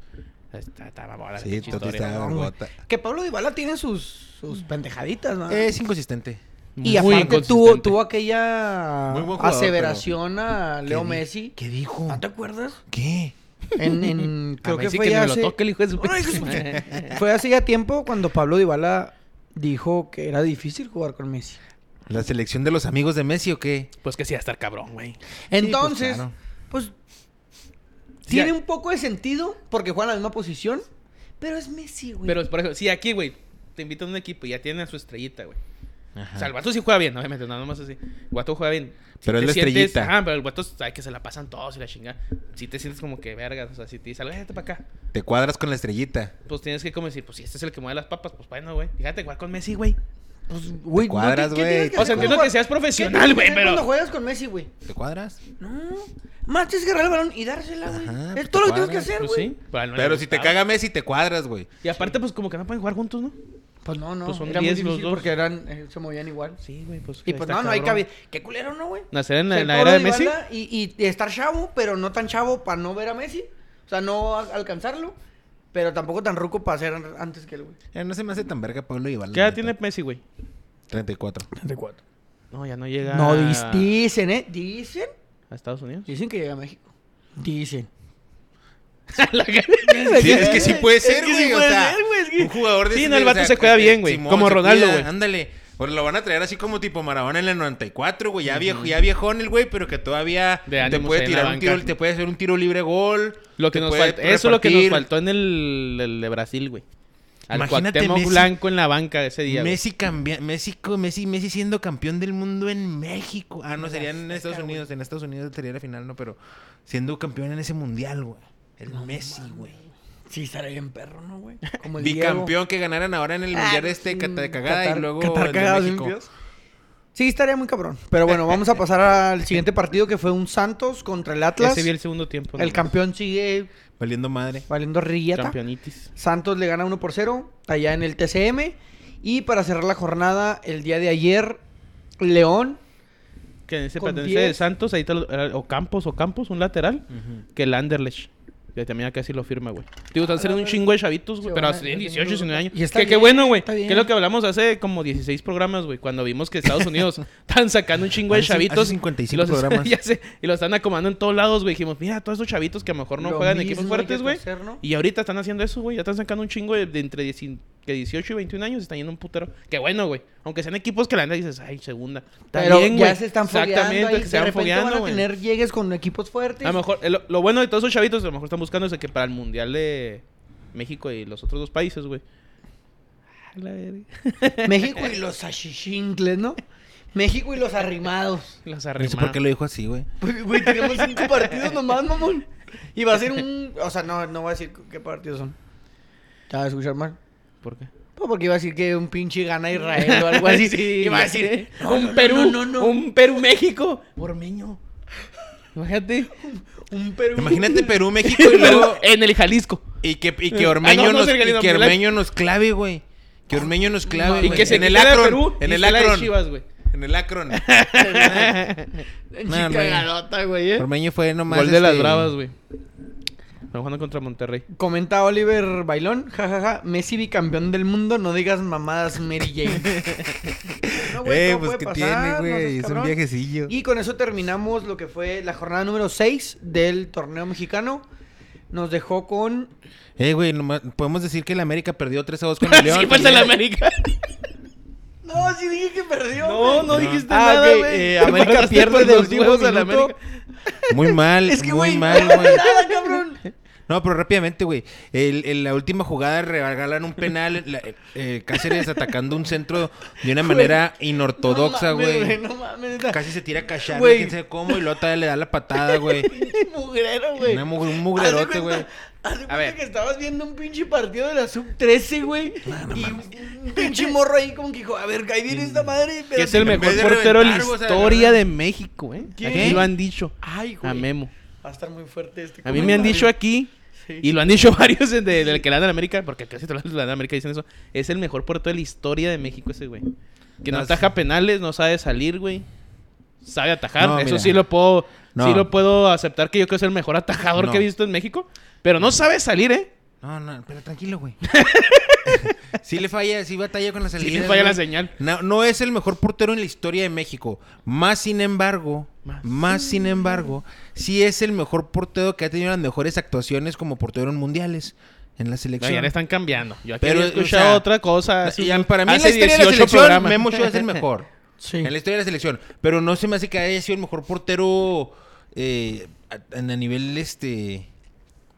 B: Está, está mamada la
A: Sí,
B: pinche
A: Totti
B: historia,
A: está
B: güey.
C: güey.
A: vergota.
C: Que Pablo Dybala tiene sus, sus pendejaditas,
B: Ah.
C: ¿no?
A: Es inconsistente.
B: Muy
C: Eh, y aparte tuvo,
B: inconsistente.
C: tuvo aquella
A: Muy buen jugador,
C: aseveración a Leo
A: ¿Qué di-
C: Messi. Ah,
A: ¿Qué dijo?
C: ¿No te acuerdas?
A: ¿Qué?
C: En, en-
B: A
C: creo que
B: Messi
C: fue
B: que
C: ya
B: ni me
C: hace,
B: lo toque el hijo de su
C: Ay, hijo de su fue hace ya tiempo cuando Pablo Dybala dijo que era difícil jugar con Messi.
A: ¿La selección de los amigos de Messi o qué?
B: Pues que sí, va a estar cabrón, güey.
A: pues,
C: Entonces,
A: claro.
C: pues,
B: Sí,
C: tiene
B: a-
C: un poco de sentido porque juegan la misma posición, pero es Messi, güey.
B: Pero, por ejemplo, si aquí, güey, te invitan a un equipo y ya tienen a su estrellita, güey.
A: Ajá.
B: O sea, el guato sí juega bien, obviamente, nada más así. El guato juega bien. Si
A: Pero
B: te
A: es la
B: sientes-
A: estrellita.
B: Ajá, pero el guato sabe que se la pasan todos y la chingada. Si te sientes como que vergas, o sea, si te dice algo, "Eh, vete para acá.
A: Te cuadras con la estrellita.
B: Pues tienes que como decir, pues si este es el que mueve las papas, pues bueno, güey. Fíjate, jugar con Messi, güey.
C: Pues, güey,
A: Te cuadras,
C: ¿qué- qué
A: güey.
C: tienes
B: O sea,
C: hacer
B: entiendo
C: cuando
B: que seas
C: jue-
B: profesional,
C: ¿qué tienes que
B: güey,
C: hacer
B: pero-
C: Cuando juegas con Messi, güey.
A: ¿Te cuadras?
C: No. Más tienes que agarrar el balón y dársela, güey.
A: Ajá,
C: Es
A: pues,
C: todo lo que
A: te
C: tienes que
A: cuadras,
C: hacer,
B: Pues
C: güey.
B: sí. Pero, a él no le
A: Pero si te
B: gustaba.
A: caga Messi, te cuadras, güey.
B: Y aparte, pues como que no pueden jugar juntos, ¿no?
C: Pues no, no.
B: Pues son
C: era muy
B: 10 los
C: difícil
B: dos.
C: porque eran, eh, se movían igual.
B: Sí, güey, pues.
C: Y pues no,
B: está
C: no hay
B: cabrón.
C: cabida. Qué culero, ¿no, güey?
B: Nacer en la,
C: Ser
B: en la
C: Pablo
B: era de Messi.
C: Dybala Y, y estar chavo, pero no tan chavo para no ver a Messi. O sea, no a- alcanzarlo. Pero tampoco tan ruco para ser antes que él, güey.
A: Eh, no se me hace tan verga Pablo Ibala.
B: ¿Qué edad tiene Messi, güey?
A: 34.
C: 34.
B: No, ya no llega.
C: No, dis-
B: a...
C: dicen, ¿eh? Dicen.
B: ¿A Estados Unidos?
C: Dicen que llega a México. Dicen.
A: Sí, es que sí puede ser,
B: Es que sí
A: güey. o
B: puede
A: sea,
B: ser, güey, es que-
A: un jugador de
B: Sí,
A: ese-
B: no, el
A: o
B: vato
A: sea,
B: se cuida bien, güey,
A: Simón,
B: como
A: se
B: Ronaldo,
A: cuida,
B: güey.
A: Ándale. Ahora lo van a traer así como tipo Maradona en el 94, güey. Ya viejo, ya viejón el güey, pero que todavía
B: De
A: te
B: ánimos
A: puede
B: ahí en la
A: tirar un
B: banca.
A: tiro, te puede hacer un tiro libre gol.
B: Lo que
A: te
B: nos
A: puede
B: faltó, eso es lo que nos
A: repartir.
B: faltó en el, el de Brasil, güey. Al
A: Imagínate
B: Cuauhtémoc
A: Messi.
B: Blanco en la banca ese día. güey.
A: Messi cambia, Messi, co- Messi, Messi siendo campeón del mundo en México. Ah, no, sería en Estados Unidos. En Estados Unidos sería la final, no, pero siendo campeón en ese mundial, güey. El Messi, güey.
C: Sí, estaría bien perro, ¿no, güey? Como el Diego.
A: Bicampeón que ganaran ahora en el
C: Ah,
A: mundial este cata de cagada
C: Qatar-
A: y luego
C: Qatar
A: el de
C: cagadas
A: México.
C: limpias. Sí, estaría muy cabrón. Pero bueno, vamos a pasar al siguiente partido que fue un Santos contra el Atlas.
B: Ese vi el segundo tiempo.
C: El campeón sigue
A: Valiendo madre.
C: valiendo riata.
B: Campeonitis.
C: Santos le gana 1 por 0 allá en el TCM. Y para cerrar la jornada, el día de ayer, León.
B: Que en ese
C: Con
B: pertenece de
C: 10.
B: Santos, ahí está lo- era o Campos, o Campos, un lateral, que el Anderlecht. Que también casi lo firma, güey. Digo, están
C: Ah,
B: saliendo un chingo de chavitos, güey.
C: Sí,
B: Pero
C: van a-
B: tienen
C: ya
B: 18,
C: tienen
B: 19 años.
C: Y
B: Que
C: está
B: qué
C: bien,
B: bueno, güey.
C: está
B: Que
C: bien.
B: es lo que hablamos hace como 16 programas, güey. Cuando vimos que Estados Unidos están sacando un chingo de
A: Hace- hace
B: chavitos.
A: 55
B: y los,
A: programas.
B: ya sé, y lo están acomodando en todos lados, güey. Dijimos, mira, todos estos chavitos que a lo mejor no
C: Lo
B: juegan en
C: mismo
B: equipos
C: hay que
B: fuertes, güey.
C: hacer, ¿no?
B: Y ahorita están haciendo eso, güey. Ya están sacando un chingo de, de entre 10 que 18 y 21 años. Están yendo un putero. Qué bueno, güey. Aunque sean equipos que la neta dices, ay, segunda.
C: Pero
B: También,
C: ya
B: güey.
C: se están fogueando.
B: Exactamente,
C: ahí,
B: que se
C: de
B: van
C: repente
B: fogueando,
C: van a
B: güey.
C: tener llegues con equipos fuertes.
B: A lo mejor, eh, lo, lo bueno de todos esos chavitos, a lo mejor están buscando es de que para el Mundial de México y los otros dos países, güey. Ah, la verga.
C: México y los achichincles, ¿no? México y los arrimados.
B: Los
A: No sé por qué
B: arremados.
A: lo dijo así, güey.
C: Pues, güey, tenemos cinco partidos nomás, mamón. Y va a ser un... O sea, no, no voy a decir qué partidos son. Te vas a escuchar mal.
B: ¿Por qué?
C: Pues porque iba a decir que un pinche gana Israel o algo así. iba a decir... no, no,
B: un
C: no,
B: Perú,
C: no, no.
B: un Perú-México. Bormeño. Imagínate.
C: Un Perú.
A: Imagínate Perú, México y luego.
B: en el Jalisco.
A: Y que, y que Ormeño,
B: Ah, no, no,
A: nos,
B: es el
A: y
B: Galindo,
A: que
B: Milán.
A: Ormeño nos clave, güey. Que Ormeño nos clave,
B: y
A: Ah, güey.
B: que se
A: en el
B: quitara
A: Acron.
B: Perú
A: en
B: y
A: el
B: se la de
A: Acron.
B: Chivas, güey.
A: En el Acron.
C: Pinche
A: no.
C: cagadota, güey, eh.
A: Ormeño fue nomás.
B: Gol de las
A: este,
B: bravas, güey. Estamos jugando contra Monterrey.
C: Comenta Oliver Bailón, jajaja, Messi bicampeón del mundo, no digas mamadas Mary Jane. no, güey.
A: Eh,
C: todo
A: pues
C: puede
A: que
C: pasar,
A: tiene,
C: no
A: güey.
C: seas
A: es un
C: cabrón.
A: viajecillo.
C: Y con eso terminamos lo que fue la jornada número 6 del torneo mexicano. Nos dejó con.
A: Eh, güey, nomás- podemos decir que el América perdió 3 a 2 con el León.
B: sí,
C: pues,
B: falta la América.
C: No, sí dije que perdió.
B: No, no
A: No.
B: dijiste
C: Ah,
B: nada,
C: ok,
B: güey.
C: eh,
B: Te
C: América
B: pasaste
C: pierde
B: por
C: de
B: los
C: último
B: huevos a la
C: minuto.
B: América.
A: Muy mal,
C: Es que,
A: muy
C: güey.
A: mal, güey.
C: Nada, cabrón.
A: No, pero rápidamente, güey. El, el- la última jugada regalan un penal. la- eh, Cáceres atacando un centro de una manera inortodoxa,
C: No mames,
A: güey.
C: No mames, neta.
A: Casi se tira a cachar,
C: Güey.
A: quién sabe cómo, y Lota le da la patada, güey.
C: Mugrero, güey.
A: Una mu- Un
C: Haz de
A: mugrerote,
C: cuenta-
A: güey.
C: haz de
B: A ver.
C: cuenta que estabas viendo un pinche partido de la sub-13, güey. y un pinche morro ahí como que dijo, a ver, ahí viene esta madre.
B: Que es
A: en
B: el
A: vez
B: mejor
A: de
B: portero de la
A: reventar, o sea, la
B: historia
A: verdad.
B: de México, ¿eh?
C: ¿Quién?
B: Aquí lo han dicho.
C: Ay, güey.
B: A Memo.
C: Va a estar muy fuerte este.
B: A mí me han dicho
C: comentario.
B: aquí,
C: Sí.
B: y lo han dicho varios de- del que le dan a la América, porque casi todos los que le dan a la América dicen eso. Es el mejor portero de la historia de México ese güey. Que no
A: No,
B: ataja penales, no sabe salir, güey. Sabe atajar.
A: No,
B: eso
A: mira.
B: sí lo puedo.
A: No.
B: Sí lo puedo aceptar que yo creo que es el mejor atajador
A: No.
B: que he visto en México. Pero no sabe salir, ¿eh?
A: No, no, pero tranquilo, güey. sí le falla, sí batalla con la salida.
B: Sí le falla la
A: güey.
B: señal.
A: No, no es el mejor portero en la historia de México. Más sin embargo,
B: Más
A: más, sin embargo, sí es el mejor portero que ha tenido las mejores actuaciones como portero en mundiales en la
B: No,
A: selección.
B: ya le están cambiando. Yo aquí
A: Pero,
B: había escuchado
A: o sea,
B: otra cosa. hace
A: Y
B: unos-
A: para mí en la
B: hace
A: historia de la
B: 18
A: selección,
B: programas.
A: Memo Ochoa es el mejor.
C: Sí.
A: En la historia de la selección. Pero no se me hace que haya sido el mejor portero eh, a, a nivel este.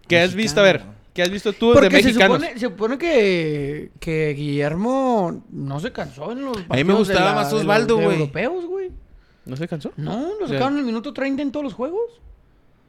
B: ¿Qué has visto? A ver,
A: mexicano.
B: ¿qué has visto tú de
C: Porque se
B: mexicanos?
C: supone, se supone que, que Guillermo no se cansó en los partidos
A: me gustaba
C: de la-
A: más
C: de los-
A: Osvaldo,
C: de
A: güey.
C: europeos, güey.
B: ¿No se cansó?
C: No, lo
B: Sí.
C: sacaron en el minuto 30 en todos los juegos.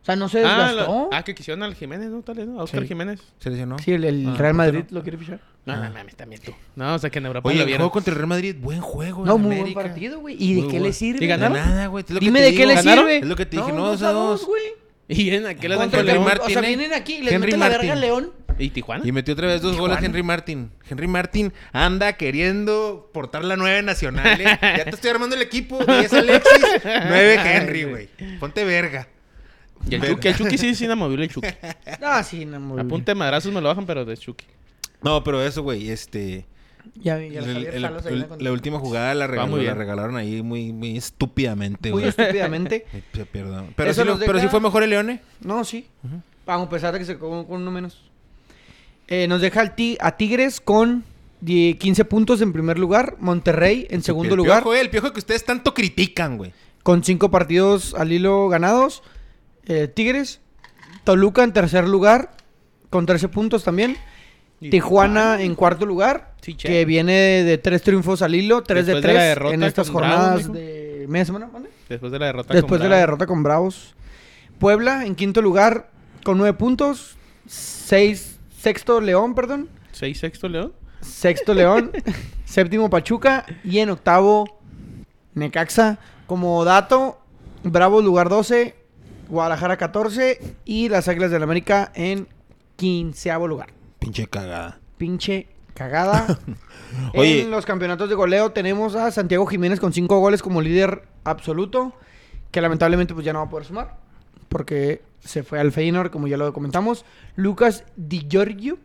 C: O sea, no se
B: Ah,
C: desgastó.
B: lo- ah, que quisieron al Jiménez, ¿no? Tal vez, ¿no? A Oscar
C: Sí.
B: Jiménez.
A: Se lesionó.
C: Sí, el, el
B: Ah,
C: Real
B: no,
C: Madrid
B: no.
C: lo quiere fichar.
B: No, no mames, también tú. No, o sea que en Europa
A: Oye,
B: lo
A: el
B: vieron.
A: juego contra el Real Madrid, buen juego.
C: No,
A: en
C: muy buen
A: América.
C: partido, güey. ¿Y
A: Muy
C: de qué
A: bueno.
C: le sirve?
B: ¿Y
A: De
B: ganaron?
A: nada, güey. es lo que
C: Dime
A: te
C: de qué
A: digo.
C: le
B: ¿Ganaron?
C: sirve.
A: Es lo que te dije,
C: No,
A: no,
C: dos a dos,
A: dos.
C: güey.
B: Y en aquel
A: Contra
B: Atlético
A: el
B: León.
A: Real
C: O sea,
A: Martin, ¿eh?
C: vienen aquí y les
A: Henry
C: meten la verga
A: Martin.
C: al León.
B: ¿Y Tijuana?
A: Y metió otra vez dos goles Henry Martin. Henry Martin anda queriendo portar la nueve nacional, ¿eh? Ya te estoy armando el equipo. 10 Alexis, 9 Henry, güey. Ponte verga.
B: Y el
A: Verga.
B: Chucky, el Chucky sí es inamovible, el Chucky.
C: Ah, sí, no, muy bien.
B: Apunte de madrazos me lo bajan, pero de Chucky.
A: No, pero eso, güey, este...
C: Ya vi, ya
A: el-
C: el Javier
A: el-
C: Salas ahí
A: el-
C: la contó.
A: la última jugada la, regaló-
B: muy
A: la
B: bien.
A: regalaron ahí muy, muy estúpidamente,
C: Muy
A: güey.
C: estúpidamente.
A: Ay, se Perdón. Pero,
C: Eso
A: sí, lo-
C: nos
A: pero
C: deja-
A: sí fue mejor el Leone.
C: No, sí. Vamos a pesar de que se quedó con uno menos. Eh, nos deja al ti- a Tigres con die- 15 puntos en primer lugar. Monterrey en segundo
A: el
C: lugar.
A: Piojo, eh, el piojo que ustedes tanto critican, güey.
C: Con 5 partidos al hilo ganados. Eh, Tigres. Toluca en tercer lugar. Con 13 puntos también.
B: Y
C: Tijuana en cuarto lugar.
B: Sí, che.
C: que viene de 3 triunfos al hilo. 3 de
B: Después de la
C: 3
B: derrota
C: en estas
B: con Bravos,
C: jornadas
B: mijo.
C: de media semana. ¿mande?
B: Después de la derrota.
C: Después
B: con
C: de la
B: Bravos.
C: derrota con Bravos. Puebla en quinto lugar con nueve puntos. Seis, sexto León, perdón.
B: ¿Seis sexto, León?
C: Sexto León. séptimo Pachuca. Y en octavo Necaxa. Como dato, Bravos lugar 12. Guadalajara 14. Y las Águilas del América en quinceavo lugar.
A: Pinche cagada.
C: Pinche cagada.
A: Oye.
C: En los campeonatos de goleo tenemos a Santiago Jiménez con cinco goles como líder absoluto, que lamentablemente pues ya no va a poder sumar, porque se fue al Feyenoord, como ya lo comentamos. Lucas Di Giorgio,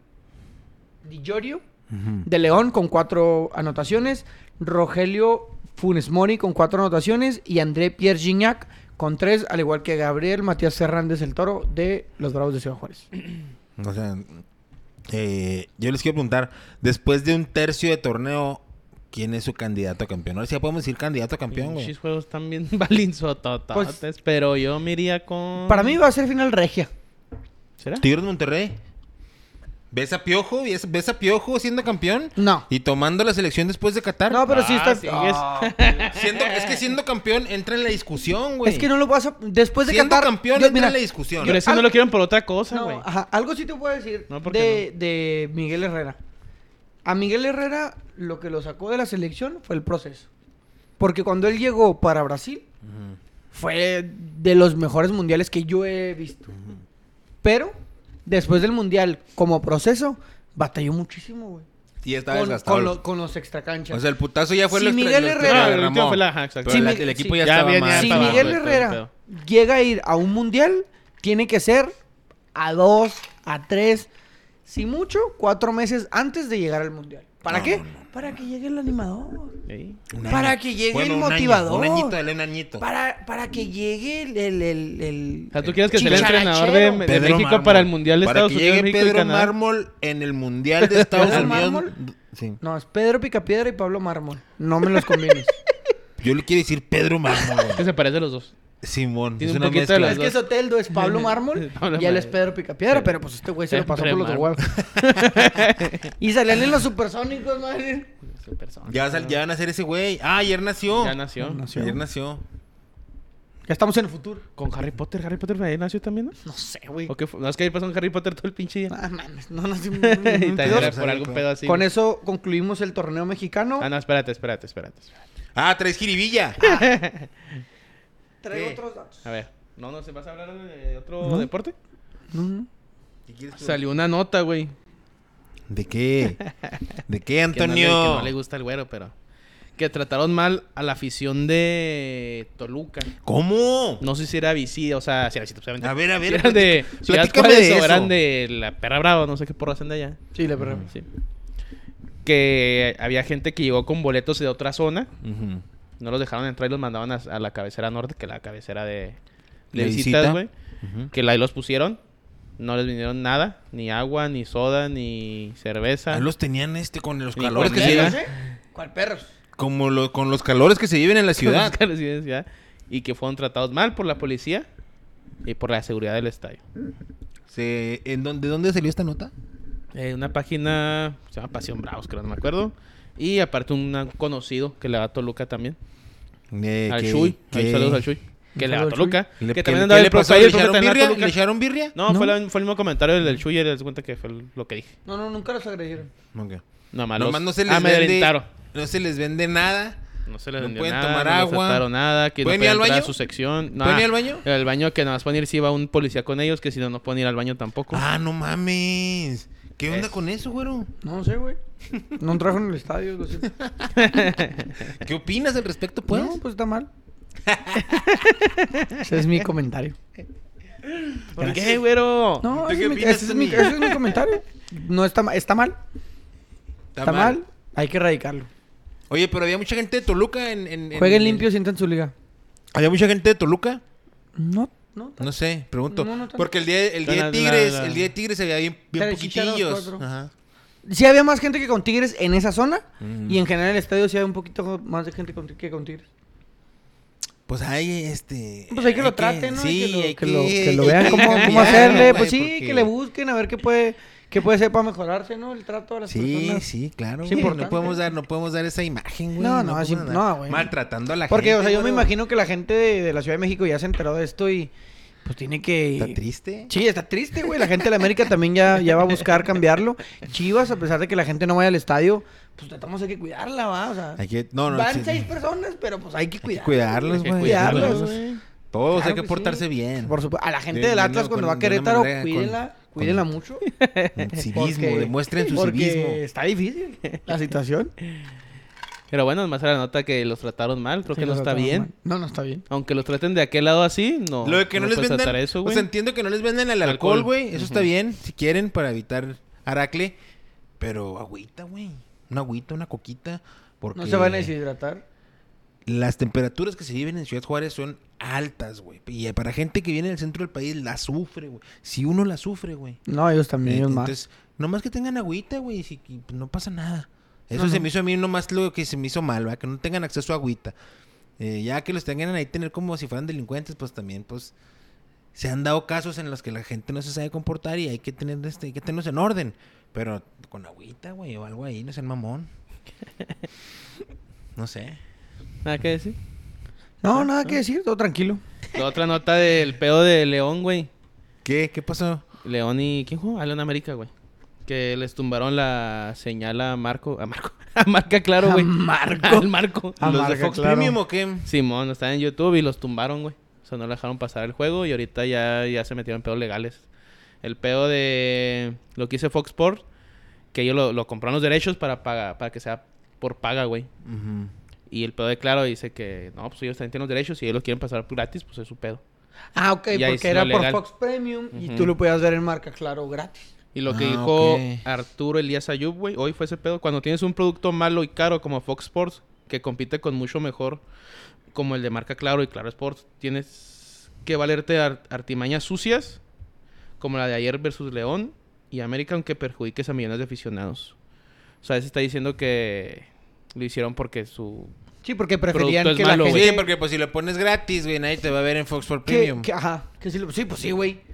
C: Di Giorgio de León con cuatro anotaciones, Rogelio Funes Mori con cuatro anotaciones y André Pierre Gignac con tres, al igual que Gabriel Matías Hernández el Toro de los Bravos de Ciudad Juárez.
A: O sea, eh, yo les quiero preguntar, después de un tercio de torneo, ¿quién es su candidato a campeón? Ahora sí ya podemos decir candidato a campeón, güey.
B: Muchos juegos también balinzotototes.
C: Pues-
B: pero yo me iría con.
C: Para mí va a ser final regia.
B: ¿Será?
A: Tigres Monterrey. ¿Ves a Piojo? ¿Ves, ves a Piojo siendo campeón?
C: No.
A: Y tomando la selección después de Qatar.
C: No, pero sí
B: Ah,
C: está...
B: sigues.
A: Siendo- es que siendo campeón entra en la discusión, güey.
C: Es que no lo vas a. Después de
A: Siendo
C: Qatar.
A: campeón
C: yo-
A: entra en la discusión.
B: Pero ese no
C: al-
B: lo quieren por otra cosa,
C: no, ah.
B: güey.
C: ajá, algo sí te puedo decir
B: No, ¿por
C: de, de Miguel Herrera. A Miguel Herrera lo que lo sacó de la selección fue el proceso. Porque cuando él llegó para Brasil, fue de los mejores mundiales que yo he visto. Pero después del mundial, como proceso, batalló muchísimo, güey.
A: Y está
C: Con,
A: desgastado.
C: con lo- con los extracanchas.
A: O sea, el putazo ya fue
C: Si
A: lo extra-
C: Miguel
A: lo extra-
C: Herrera-
A: lo
C: Ah,
B: el último
A: derramó.
B: fue la- ajá, exacto.
A: Pero
C: Si
A: la-
C: Mi-
A: el equipo
C: si-
A: ya,
B: ya
A: estaba
B: venía
A: mal.
C: si
B: para abajo,
C: Miguel
B: güey, todo el
C: Herrera llega a ir a un mundial, tiene que ser a dos, a tres, si mucho, cuatro meses antes de llegar al mundial. ¿Para
A: No,
C: qué?
A: no, no.
C: Para que llegue el animador.
B: Sí.
A: Un
C: Para
A: año.
C: que llegue
A: Bueno,
C: el
A: un año.
C: motivador.
A: Un añito, el enañito.
C: Para, para que llegue el... el, el, el-
B: O sea, tú quieres que sea el
C: Chicharachero.
B: entrenador de, de
A: Pedro
B: México
A: Mármol.
B: para el Mundial de
A: Para
B: Estados
A: que
B: Unidos,
A: llegue
B: México y
A: Pedro
B: Canadá.
A: Mármol en el Mundial de Estados
C: ¿Pedro
A: Unidos.
C: Mármol?
A: Sí.
C: No, es Pedro Picapiedra y Pablo Mármol. No me los combines.
A: Yo le quiero decir Pedro Mármol.
B: Que
A: güey.
B: se parece a los dos.
A: Simón.
B: Tiene
A: es
B: un
A: una
B: poquito de
A: mezcla.
C: es que Soteldo es Pablo Mármol
B: Pablo
C: y él es
B: Mármol.
C: Pedro Picapiedra, pero pues este güey se lo pasó por
B: Pedro
C: los de huevos. y salían en los supersónicos, madre.
A: Ya, va a sal- ya van a ser ese güey. Ah, ayer nació.
B: Ya nació.
C: nació.
A: Ayer nació.
C: Ya estamos en el futuro.
B: Con Harry Potter, Harry Potter ahí nació también, ¿no?
C: No sé, güey.
B: ¿O qué fue? No, es que ahí pasó un Harry Potter todo el pinche día.
C: Ah, mames, no, no, no, no,
B: y también
C: no,
B: era
A: Dios.
B: por algún pedo así.
C: Con
B: güey.
C: eso concluimos el torneo mexicano.
B: Ah, no, espérate, espérate, espérate. espérate.
A: Ah, traes jiribilla.
C: Traigo
A: ¿qué?
C: otros datos.
B: A ver. No, no, ¿se vas a hablar de otro
C: No.
B: deporte?
A: ¿Qué quieres tú?
B: Salió una nota, güey.
A: ¿De qué? ¿De qué,
B: que no le-
A: Antonio?
B: que no le gusta el güero, pero... Que trataron mal a la afición de Toluca.
A: ¿Cómo?
B: No sé si era visita, o sea, si era visita, obviamente.
A: A ver, a ver,
B: Si eran de
A: platícame
B: Ciudad
A: de
B: Juárez o
A: eso.
B: eran de la Perra Brava, no sé qué porra hacen de allá.
C: Sí, la verdad.
B: Sí. Que había gente que llegó con boletos de otra zona.
A: Ujú.
B: No los dejaron entrar y los mandaban a, a la cabecera norte, que la cabecera de, de
A: ¿De
B: visitas,
A: visita?
B: güey.
A: Ujú.
B: Que ahí los pusieron. No les vinieron nada. Ni agua, ni soda, ni cerveza.
A: Ah, los tenían este con los
B: Ni
A: calores que
B: comida.
A: se
C: ¿Perros,
A: llevan.
C: eh? ¿Cuál perros?
A: Como lo- con los calores que se lleven en la ciudad.
B: Los caras de ciudad. Y que fueron tratados mal por la policía y por la seguridad del estadio.
A: Se- ¿en dónde, ¿De dónde salió esta nota?
B: Eh, una página, se llama Pasión Bravos, creo, no me acuerdo. Y aparte un conocido que le va a Toluca también.
A: Eh,
B: al
A: que-
B: Chuy.
A: que-
B: Ahí saludos al Chuy. Que
C: Un
B: le va a
C: saludo al Chuy.
B: Toluca.
A: Le,
B: que
A: que-
B: también
A: ¿qué
B: andaba
A: le
B: el
A: pasó?
B: profe
A: ¿Le
B: ayer porque
A: echaron
B: también
A: birria?
B: andaba
A: ¿Le
B: Toluca.
A: echaron birria?
B: No,
C: No.
B: Fue, la- fue el mismo comentario del del Chuy, él se cuenta que fue el- lo que dije.
C: No, no, nunca los agredieron.
A: Ok.
B: Nomás,
A: Nomás
B: los-
A: no se les vende.
B: amedrentaron.
A: No se les vende nada.
B: No se les
A: No
B: vendió
A: pueden
B: nada,
A: tomar
B: no les
A: agua.
B: aceptaron nada, que no
A: ¿Pueden ir
B: podían
A: al
B: entrar a
A: baño?
B: su sección. No,
A: ¿Pueden ir al baño?
B: El baño que nada más pueden ir si va un policía con ellos, que si no, no pueden ir al baño tampoco.
A: Ah, no mames. ¿Qué onda
C: Eh.
B: Es-
A: con eso, güero?
C: No sé, güey. No trajo en el estadio, lo siento.
A: ¿Qué opinas al respecto, pues?
C: No, pues está mal. Ese es mi comentario.
B: ¿Por qué, güero?
C: No,
A: ¿Tú
C: ese
A: qué
C: es, mi,
A: opinas,
C: ese es mi-
A: Tony?
C: ese es mi comentario. No está mal. Está mal. Está, mal. Hay que erradicarlo.
A: Oye, pero había mucha gente de Toluca en... en- en-
C: Jueguen
A: en-
C: limpio, sientan su liga.
A: ¿Había mucha gente de Toluca?
C: No, no.
A: No sé, pregunto.
C: No, no tanto.
A: Porque el día, el día
B: La- la-
A: de Tigres,
B: la-
A: el día de Tigres había bien, bien
C: Cabecita, dos,
A: poquitillos.
C: cuatro.
A: Ajá.
C: Sí había más gente que con Tigres en esa zona.
A: Ujú.
C: Y en general el estadio sí había un poquito más de gente con- que con Tigres.
A: Pues hay este...
C: Pues hay que lo traten, ¿no?
A: Sí,
C: que lo,
A: hay
C: que lo- que lo
A: hay
C: vean
A: que
C: cómo, cómo
A: cambiarlo,
C: hacerle.
A: güey,
C: Pues sí,
A: porque-
C: que le busquen a ver qué puede, qué puede ser para mejorarse, ¿no? El trato a las
A: Sí,
C: personas.
A: sí, claro.
C: Es
A: güey.
C: importante.
A: no podemos dar, no podemos dar esa imagen, güey.
C: No, no, es
A: podemos
C: imp-
A: dar-
C: no, güey.
A: Maltratando a la
C: Porque,
A: gente.
C: o sea, yo me
A: güero.
C: imagino que la gente de, de la Ciudad de México ya se enteró de esto y pues tiene que...
A: Está triste.
C: Sí, está triste, güey. La gente de la América también ya, ya va a buscar cambiarlo. Chivas, a pesar de que la gente no vaya al estadio, pues tratamos de que cuidarla, ¿va? O sea,
A: Hay que... No, no,
C: van
A: sí,
C: seis
A: sí.
C: personas, pero pues hay que
A: Hay que
C: cuidarla.
A: cuidarlos,
B: Hay que
A: güey.
C: cuidarlos,
A: Cuidarlos.
B: güey.
A: Todos
C: Claro
A: hay que
C: que
A: portarse
C: sí.
A: bien.
C: Por supuesto. A la gente
A: De-
C: del
A: de
C: Atlas
A: una-
C: cuando
A: con-
C: va a
A: de una
C: Querétaro,
A: manera, con-
C: cuídenla,
A: con-
C: cuídenla mucho.
A: Civismo,
C: porque-
A: demuestren su
C: porque
A: civismo.
C: está difícil la situación.
B: Pero bueno, más a la nota que los trataron mal, creo
C: Sí,
B: que no
C: los
B: está
C: trataron
B: bien.
C: mal. No, no está bien.
B: Aunque los traten de aquel lado así, no.
A: Lo de que no, les
B: puedes
A: vendan.
B: tratar eso,
A: o
B: güey.
A: sea, entiendo que no les vendan el
B: Alcohol.
A: alcohol, güey. Eso está
B: Ujú.
A: bien, si quieren, para evitar Aracle. Pero agüita, güey. Una agüita, una coquita. Porque
C: No se van a deshidratar.
A: las temperaturas que se viven en Ciudad Juárez son altas, güey. Y para gente que viene del centro del país, la sufre, güey. Si uno la sufre, güey.
C: No, ellos
A: Eh,
C: también, ellos más.
A: Entonces, nomás que tengan agüita, güey, si, y, pues, no pasa nada. Eso
C: No,
A: se
C: no.
A: me hizo a mí nomás lo que se me hizo mal, ¿verdad? Que no tengan acceso a agüita. Eh, ya que los tengan ahí tener como si fueran delincuentes, pues también, pues, se han dado casos en los que la gente no se sabe comportar y hay que tener este, hay que tenerlos en orden. Pero con agüita, güey, o algo ahí, no sean mamón. No sé.
B: Nada que decir.
C: No, nada que decir, todo tranquilo.
B: La otra nota del pedo de León, güey.
A: ¿Qué? ¿Qué pasó?
B: León y. ¿Quién jugó? León América, güey. Que les tumbaron la señal a Marco. A Marco. A Marca Claro,
C: A
B: güey.
C: Marco.
B: pues, Al Marco.
C: A
A: ¿Los de
C: Marca,
A: Fox
C: claro.
A: Premium o qué?
B: Simón, está en YouTube y los tumbaron, güey. O sea, no le dejaron pasar el juego y ahorita ya, ya se metieron en pedos legales. El pedo de lo que hizo Fox Sports, que ellos lo, lo compraron los derechos para, paga- para que sea por paga, güey.
A: Ujú.
B: Y el pedo de Claro dice que no, pues ellos también tienen los derechos y ellos lo quieren pasar gratis, pues es su pedo.
C: Ah, ok,
B: Y ahí
C: porque
B: sí,
C: era
B: lo
C: por
B: legal.
C: Fox Premium y
B: Ujú.
C: tú lo podías ver en marca, claro, gratis.
B: Y lo que
A: Ah,
B: dijo
A: ok.
B: Arturo Elías Ayub, güey, hoy fue ese pedo. Cuando tienes un producto malo y caro como Fox Sports, que compite con mucho mejor como el de marca Claro y Claro Sports, tienes que valerte de ar- artimañas sucias, como la de ayer versus León y América, aunque perjudiques a millones de aficionados. O sea, se está diciendo que lo hicieron porque su...
C: Sí, porque preferían
B: Producto
C: que
B: es malo,
C: la
B: güey.
A: Sí,
C: gente...
A: porque pues si lo pones gratis, güey, nadie te va a ver en Fox Sports
C: que-
A: Premium.
C: que- ajá. Que sí, lo- sí, pues sí, güey.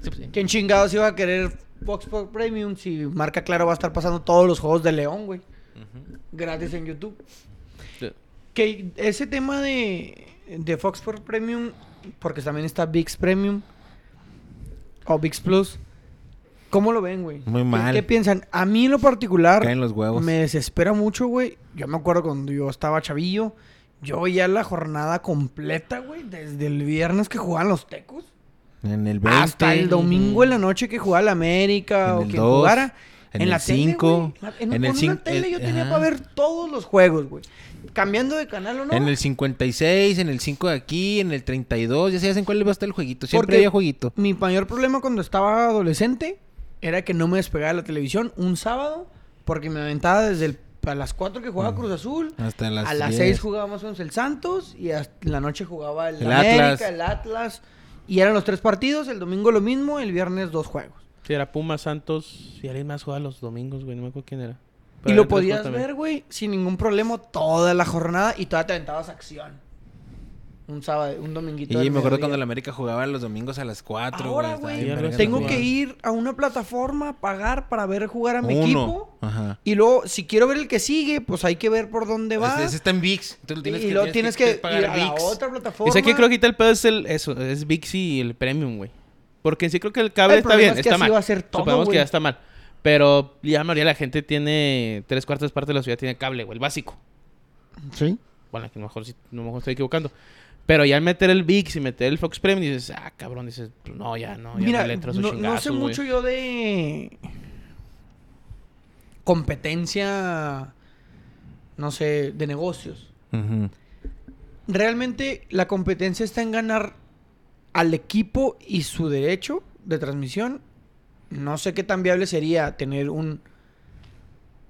B: Sí, pues, sí.
C: ¿Quién chingados iba a querer Fox Sports Premium si Marca Claro va a estar pasando todos los juegos de León, güey? Gratis en YouTube. Que ese tema de, de Fox Sports Premium, porque también está VIX Premium o VIX Plus, ¿cómo lo ven, güey?
A: Muy
C: ¿Qué-
A: mal.
C: ¿Qué piensan? A mí en lo particular
A: Caen los huevos.
C: me desespera mucho, güey. Yo me acuerdo cuando yo estaba chavillo, yo veía la jornada completa, güey, desde el viernes que jugaban los tecos.
A: En el 20.
C: Hasta el domingo en la noche que jugaba la América o
A: el
C: que
A: dos,
C: jugara.
A: en
C: En,
A: el
C: la tele,
A: cinco,
C: güey. La- en,
A: en el
C: con
A: cin-
C: una tele
A: el-
C: yo tenía
A: ajá.
C: para ver todos los juegos, güey. Cambiando de canal o no.
A: En el 56, en el 5 de aquí, en el 32. Ya sabes en cuál va a estar el jueguito. Siempre
C: Porque
A: había jueguito.
C: Mi mayor problema cuando estaba adolescente era que no me despegaba de la televisión un sábado porque me aventaba desde el- a las 4 que
A: Ah.
C: jugaba Cruz Azul.
A: Hasta las
C: a las
A: 10.
C: 6 jugábamos con el Santos y hasta en la noche jugaba el,
A: El
C: América,
A: Atlas.
C: el Atlas. Y eran los tres partidos, el domingo lo mismo, el viernes dos juegos.
B: Sí, era Puma, Santos y alguien más jugaba los domingos, güey. No me acuerdo quién era.
C: Y
B: Pero
C: lo
B: había tres
C: podías
B: juegos también.
C: ver, güey, sin ningún problema toda la jornada y todavía te aventabas acción. Un sábado, un dominguito.
A: Y
C: al
A: me acuerdo
C: mediodía.
A: cuando la América jugaba los domingos a las 4.
C: Ahora,
A: estaba
C: güey,
A: bien verga
C: tengo
A: también.
C: que ir a una plataforma a pagar para ver jugar a mi
A: Uno.
C: equipo.
A: Ajá.
C: Y luego, si quiero ver el que sigue, pues hay que ver por dónde va.
A: Ese, ese está en VIX. Tú lo tienes
C: y
A: que,
C: luego tienes que,
A: pagar
C: ir a la
A: ViX.
C: otra
B: Y
C: plataforma.
B: sé que creo que ahorita el pedo es el, eso, es Vixi y el Premium, güey. Porque en sí creo que el cable
C: El
B: está
C: problema
B: bien,
C: es que
B: está
C: así
B: mal.
C: va a ser todo,
B: Supongamos que
C: güey.
B: ya está mal. Pero ya la mayoría de la gente tiene, tres cuartas partes de la ciudad tiene cable, güey, el básico.
C: Sí.
B: Bueno, que a lo mejor, sí- a lo mejor estoy equivocando. Pero ya al meter el VIX y meter el Fox Premium, dices, ah, cabrón, dices, no, ya, no, ya
C: Mira,
B: no le entro a esos
C: no, no sé
B: chingazos, güey".
C: mucho yo de competencia, no sé, de negocios.
A: Ujú.
C: Realmente la competencia está en ganar al equipo y su derecho de transmisión. No sé qué tan viable sería tener un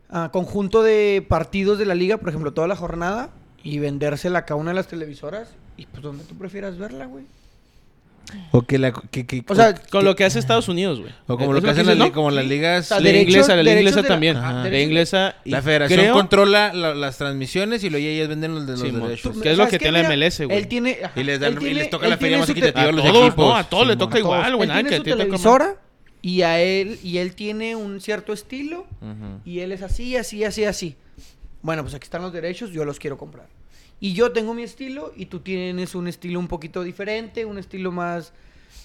C: ah, conjunto de partidos de la liga, por ejemplo, toda la jornada y vendérsela a cada una de las televisoras y pues donde tú prefieras verla, güey.
A: O que la. Que, que-
C: O sea,
B: Con lo que hace Estados Unidos, güey.
A: o como
B: Eh, Es
A: lo que hacen
B: dices,
A: las-
B: ¿no?
A: como las
C: O
A: ligas.
C: sea,
B: La
C: derechos-
B: inglesa, la
C: derechos
B: inglesa
C: de la-
B: también.
C: Ajá.
B: La,
C: derechos-
B: inglesa. y
A: La federación
B: creo-
A: controla la- las transmisiones y luego ya ellos venden los de los
B: Sí, mo.
A: derechos.
B: Pues Que es lo
C: ¿sabes
B: que
C: qué?
B: tiene la
C: Mira,
B: MLS, güey.
C: Él tiene. ajá,
A: Y les dan-
C: él
A: y les
C: tiene-
A: toca
C: él
A: la feria
C: tiene
A: más
C: su te-
A: equitativa a
B: a
A: los
B: todos,
A: equipos.
B: no, a todos le
A: Sí,
B: toca
A: mo.
C: todos.
B: igual, güey,
C: Él
B: nada
C: tiene
B: que
C: su
B: te toca más.
C: televisora y a él y él tiene un cierto estilo
A: Ujú.
C: y él es así, así, así, así. Bueno, pues aquí están los derechos, yo los quiero comprar. Y yo tengo mi estilo y tú tienes un estilo un poquito diferente, un estilo más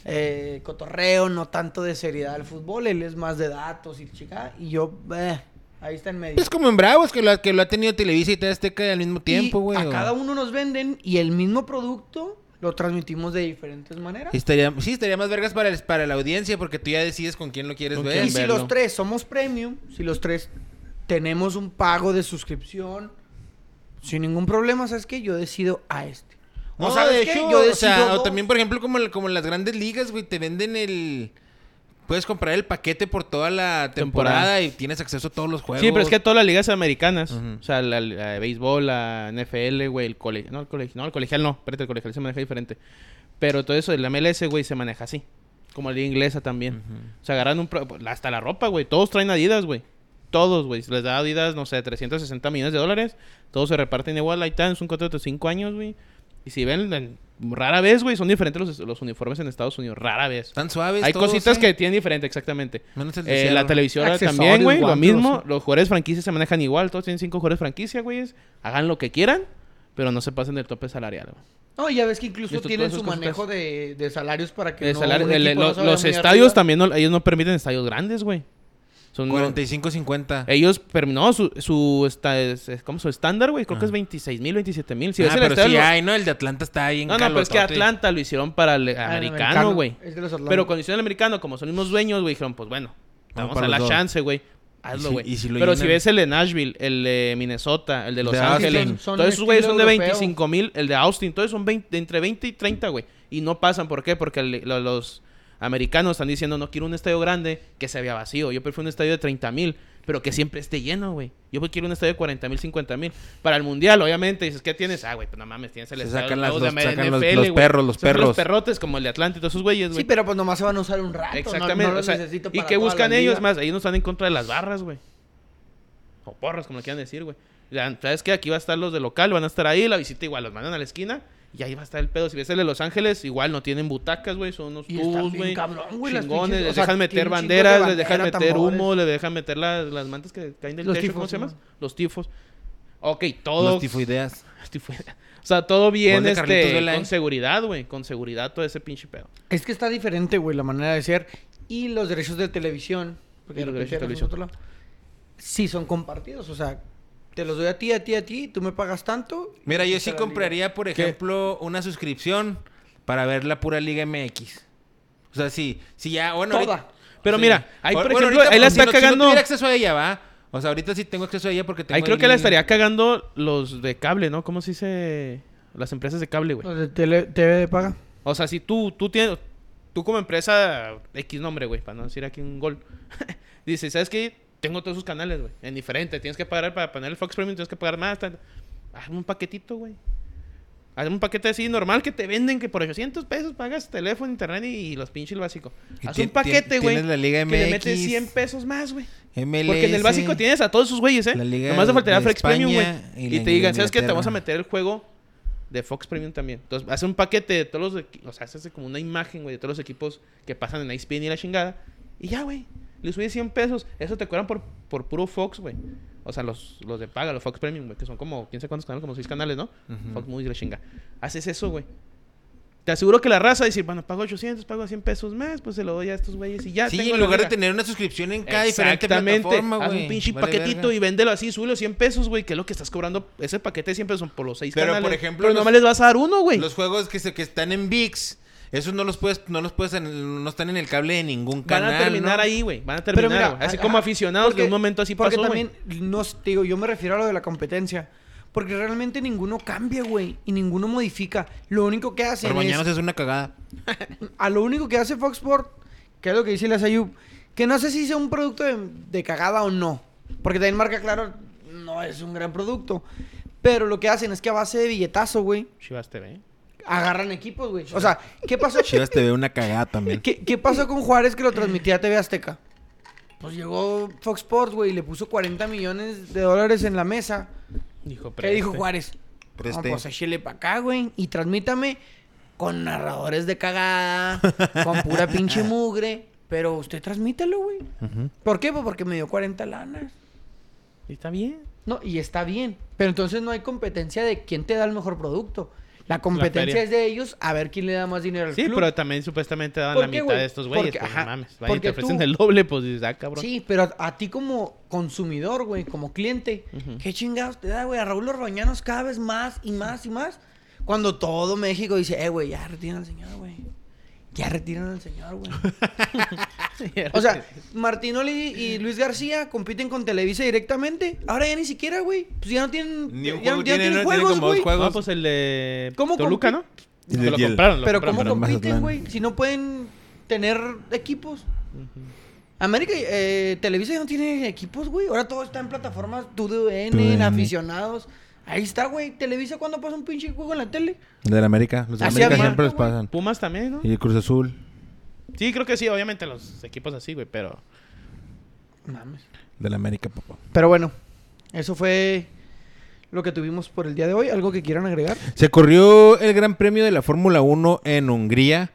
C: eh, cotorreo, no tanto de seriedad al fútbol, él es más de datos y chica y yo eh, ahí está en medio.
A: Es como en Bravos, que lo, que lo ha tenido Televisa y TV Azteca al mismo tiempo,
C: Y
A: güey.
C: A
A: o-
C: cada uno nos venden y el mismo producto lo transmitimos de diferentes maneras.
A: Estaría, sí, estaría más vergas para, el- para la audiencia porque tú ya decides con quién lo quieres
B: Con
A: ver.
B: quién
C: Y si
B: verlo.
C: los tres somos premium, si los tres tenemos un pago de suscripción, sin ningún problema, ¿sabes qué? Yo decido a este.
A: No,
C: ¿O sabes
A: de
C: qué?
A: hecho,
C: Yo
A: o
C: decido
A: sea, o
C: dos.
A: también, por ejemplo, como, el- como en las grandes ligas, güey, te venden el... Puedes comprar el paquete por toda la temporada,
B: Temporada.
A: y tienes acceso a todos los juegos.
B: Sí, pero es que todas las ligas americanas,
A: Ujú.
B: o sea, la, la de béisbol, la NFL, güey, el colegio, no, el colegio, no, el colegial no, espérate, el colegial se maneja diferente. Pero todo eso, la MLS, güey, se maneja así. Como la liga inglesa también. O sea, agarran un pro- hasta la ropa, güey, todos traen Adidas, güey. Todos, güey, les da Adidas, no sé, 360 millones de dólares, todos se reparten igual, ahí está, es un contrato de 5 años, güey. Y si ven, en- rara vez, güey, son diferentes los, los uniformes en Estados Unidos, rara vez.
A: Están suaves
B: Hay
A: todos,
B: cositas
A: ¿eh?
B: que tienen diferente, exactamente.
A: Menos el
B: Eh,
A: de
B: la
A: Seattle.
B: televisora
C: Accesorios,
B: también, güey. Lo
C: guantes,
B: mismo.
C: o sea.
B: Los jugadores franquicia se manejan igual. Todos tienen cinco jugadores franquicia, güey. Hagan lo que quieran, pero no se pasen del tope salarial. güey.
C: No, ya ves que incluso
B: Esto-
C: tienen
B: todas
C: su
B: esas
C: manejo de, de salarios para que
B: El
C: no,
B: salario-
C: un
B: el-
C: equipo
B: lo-
C: no se vaya
B: los
C: muy
B: estadios
C: arriba. Ah,
B: también, no- ellos no permiten estadios grandes, güey. Son
A: 45-50.
B: Ellos, pero no, su, su, esta- es- es como su estándar, güey, creo que es 26 mil, 27 mil. Si
A: ah,
B: ves el
A: pero
B: estadio-
A: sí hay, ¿no? El de Atlanta está ahí en
B: no, no, pero es que
A: calotote.
B: Atlanta lo hicieron para el eh,
C: Ah, el
B: americano, güey.
C: Es de los Atlanta.
B: Pero cuando hicieron el americano, como son los mismos dueños, güey, dijeron, pues bueno,
A: Vamos
B: vamos
A: para
B: a la
A: los dos.
B: chance, güey. Hazlo,
A: si-
B: güey.
A: y si lo
B: Pero si
A: llenan.
B: ves el de Nashville, el de Minnesota, el de Los
A: De
B: Ángeles,
A: Austin.
C: Son
B: todos esos güeyes
C: estilo
B: son de
C: europeo.
B: 25 mil, el de Austin, todos son 20 de entre 20 y 30, güey. Y no pasan, ¿por qué? Porque el- lo- los americanos están diciendo, no quiero un estadio grande que se vea vacío. Yo prefiero un estadio de 30 mil, pero que siempre esté lleno, güey. Yo quiero un estadio de 40 mil, 50 mil. Para el Mundial, obviamente, dices, ¿qué tienes? Ah, güey, pues no mames, tienes el
A: Se
B: estadio
A: sacan las-
B: nuevo de
A: los-
B: la
A: sacan los-
B: NFL,
A: los
B: güey.
A: perros, los
B: Sacan
A: perros.
B: Los perrotes, como el de Atlántico, todos esos güeyes, güey.
C: Sí, pero pues nomás se van a usar un rato. no-
B: Exactamente.
C: no los
B: o sea,
C: necesito
B: ¿Y
C: para
B: qué
C: toda
B: buscan
C: la
B: ellos
C: vida.
B: más? Ellos no están en contra de las barras, güey. O porras, como le quieran decir, güey. La- ¿Sabes qué? Aquí va a estar los de local, van a estar ahí, la visita igual, los mandan a la esquina y ahí va a estar el pedo. Si ves el de Los Ángeles, igual no tienen butacas, güey, son unos
C: Y están
B: tubos,
C: bien
B: güey.
C: cabrón, güey, las
B: Chingones,
C: pinches-
B: les
C: o sea,
B: dejan
C: tienen
B: meter
C: un chingo de
B: banderas, les dejan
C: bandera,
B: meter
C: tambores.
B: humo, les dejan meter las, las mantas que caen del
C: Los
B: techo,
C: tifos,
B: ¿cómo se llama?
C: ¿no?
B: Los tifos. Ok, todo.
A: Los tifoideas.
B: tifoidea. O sea, todo bien
A: Ponle Carlitos
B: este,
A: Vela, eh.
B: con seguridad, güey. Con seguridad todo ese pinche pedo.
C: Es que está diferente, güey, la manera de ser. Y los derechos de televisión. Porque
B: Y
C: de
B: los
C: repente
B: derechos de
C: eran otro lado, Sí, son compartidos. O sea, te los doy a ti, a ti, a ti. Tú me pagas tanto.
A: Mira,
C: y
A: yo
C: está
A: sí
C: la
A: compraría, por ejemplo, una suscripción para ver la pura Liga MX. O sea, sí, sí ya, bueno,
C: Toda.
A: ahorita-
B: Pero
A: sí.
B: mira, ahí, por
A: Bueno,
B: ejemplo,
A: ahorita, pues,
B: ahí la
A: si no-
B: está
A: Si no
B: cagando.
A: tuviera acceso a ella, va. O sea, ahorita sí tengo acceso a ella porque tengo
B: Ahí creo
A: ahí-
B: que la estaría cagando los de cable, ¿no? ¿Cómo se dice? Las empresas de cable, güey.
C: Los de tele- TV de paga.
B: O sea, si tú, tú tienes, tú como empresa X nombre, güey, para no decir aquí un gol. Dices, ¿sabes qué? Tengo todos sus canales, güey. En diferente. Tienes que pagar para poner el Fox Premium, tienes que pagar más. tan- Hazme un paquetito, güey. Hazme un paquete así normal que te venden, que por 800 pesos pagas teléfono, internet y, y los pinches el básico.
A: Y
B: Haz
A: ti-
B: un
A: ti-
B: paquete, güey.
A: tienes la Liga
B: Que le metes
A: MX.
B: 100 pesos más, güey.
A: MLS,
B: Porque en el básico tienes a todos sus güeyes, ¿eh?
A: La Liga
B: Nomás te faltaría
A: de
B: Fox Premium, güey.
A: España y
B: Y,
A: la
B: te digan, ¿sabes qué? Te
A: Inglaterra".
B: vamos a meter el juego de Fox Premium también. Entonces, hace un paquete de todos los... equi- O sea, hace como una imagen, güey, de todos los equipos que pasan en ESPN y la chingada. Y ya, güey. Le subes 100 pesos. Eso te cobran por, por puro Fox, güey. O sea, los, los de paga, los Fox Premium, güey. Que son como, quién sabe cuántos canales, como 6 canales, ¿no?
A: Ujú.
B: Fox Movies y la chinga. Haces eso, güey. Te aseguro que la raza va a decir, bueno, pago 800, pago 100 pesos más, pues se lo doy a estos güeyes y ya.
A: Sí,
B: tengo
A: en
B: la
A: lugar de
B: liga".
A: tener una suscripción en cada diferente
B: Exactamente.
A: plataforma,
B: Haz
A: güey.
B: un pinche
A: Vale
B: paquetito
A: verga.
B: y véndelo así, súbelo 100 pesos, güey, que es lo que estás cobrando. Ese paquete siempre son por los 6
A: Pero,
B: canales.
A: por ejemplo,
B: Pero
A: los-
B: nomás les vas a dar uno, güey.
A: Los juegos que, se, que están en VIX, esos no los puedes, no los puedes, en- no están en el cable de ningún
B: Van
A: canal.
B: a terminar
A: ¿no?
B: ahí, güey. Van a
C: Pero
B: terminar,
C: mira,
B: güey. Así
C: ajá,
B: como aficionados
C: porque-
B: de un momento así
C: Porque
B: pasó,
C: también,
B: güey.
C: no s- te digo, yo me refiero a lo de la competencia. Porque realmente ninguno cambia, güey. Y ninguno modifica. Lo único que hacen
A: Pero
C: es...
A: mañana se hace una cagada.
C: a lo único que hace Fox Sports, que es lo que dice la Sayub, que no sé si sea un producto de, de cagada o no, porque también marca claro, no es un gran producto, pero lo que hacen es que a base de billetazo, güey,
B: Chivas TV.
C: agarran equipos, güey. O sea, ¿qué pasó?
A: Chivas te ve una cagada también.
C: ¿Qué, qué pasó con Juárez que lo transmitía a TV Azteca? Pues llegó Fox Sports, güey, y le puso 40 millones de dólares en la mesa.
B: Dijo,
C: ¿Qué dijo
B: "Preste".
C: Juárez? No,
A: Preste.
C: pues échele para acá, güey. Y transmítame con narradores de cagada, con pura pinche mugre. Pero usted transmítalo, güey.
A: Ujú.
C: ¿Por qué? Pues porque me dio 40 lanas.
B: Y Está bien.
C: No, y está bien. Pero entonces no hay competencia de quién te da el mejor producto. La
B: feria.
C: competencia es de ellos a ver quién le da más dinero al
B: Sí,
C: club.
B: pero también supuestamente daban
C: ¿Por
B: la
C: qué,
B: mitad
C: güey?
B: de estos güeyes.
C: Porque-
B: Pues, no
C: ajá,
B: mames. Vayan y te
C: porque
B: ofrecen
C: tú-
B: el doble, pues dices, ah, cabrón.
C: Sí, pero a, a ti como consumidor, güey, como cliente,
B: Ujú.
C: ¿qué chingados te da, güey? A Raúl Orbañanos cada vez más y más y más. Cuando todo México dice, eh, güey, ya retiran al señor, güey. Ya retiran al señor, güey. O sea, Martinoli y Luis García compiten con Televisa directamente. Ahora ya ni siquiera, güey. Pues ya no tienen,
A: Ni un juego
C: ya, ya
A: tienen,
C: no tienen
A: no tienen
C: juegos,
A: como dos
C: güey.
A: juegos.
B: No, pues el de
C: ¿Cómo
B: Toluca,
C: compi-
B: ¿no?
A: Y
B: Lo
A: el- y el-
B: compraron, lo
C: Pero
B: compraron.
C: ¿cómo
A: pero en
C: compiten,
A: Mazatlán.
C: güey? Si no pueden tener equipos. América, eh, Televisa ya no tiene equipos, güey. Ahora todo está en plataformas, TUDN, en
A: TUDN.
C: aficionados. Ahí está, güey. Televisa, cuando pasa un pinche juego en la tele?
A: De la América. Los de
C: Así
A: América
C: había,
A: siempre les
C: güey.
A: pasan.
B: Pumas también, ¿no?
A: Y el Cruz Azul.
B: Sí, creo que sí, obviamente los equipos así, güey, pero...
C: Mames.
A: De la América, papá.
C: Pero bueno, eso fue lo que tuvimos por el día de hoy. ¿Algo que quieran agregar?
A: Se corrió el Gran Premio de la Fórmula 1 en Hungría.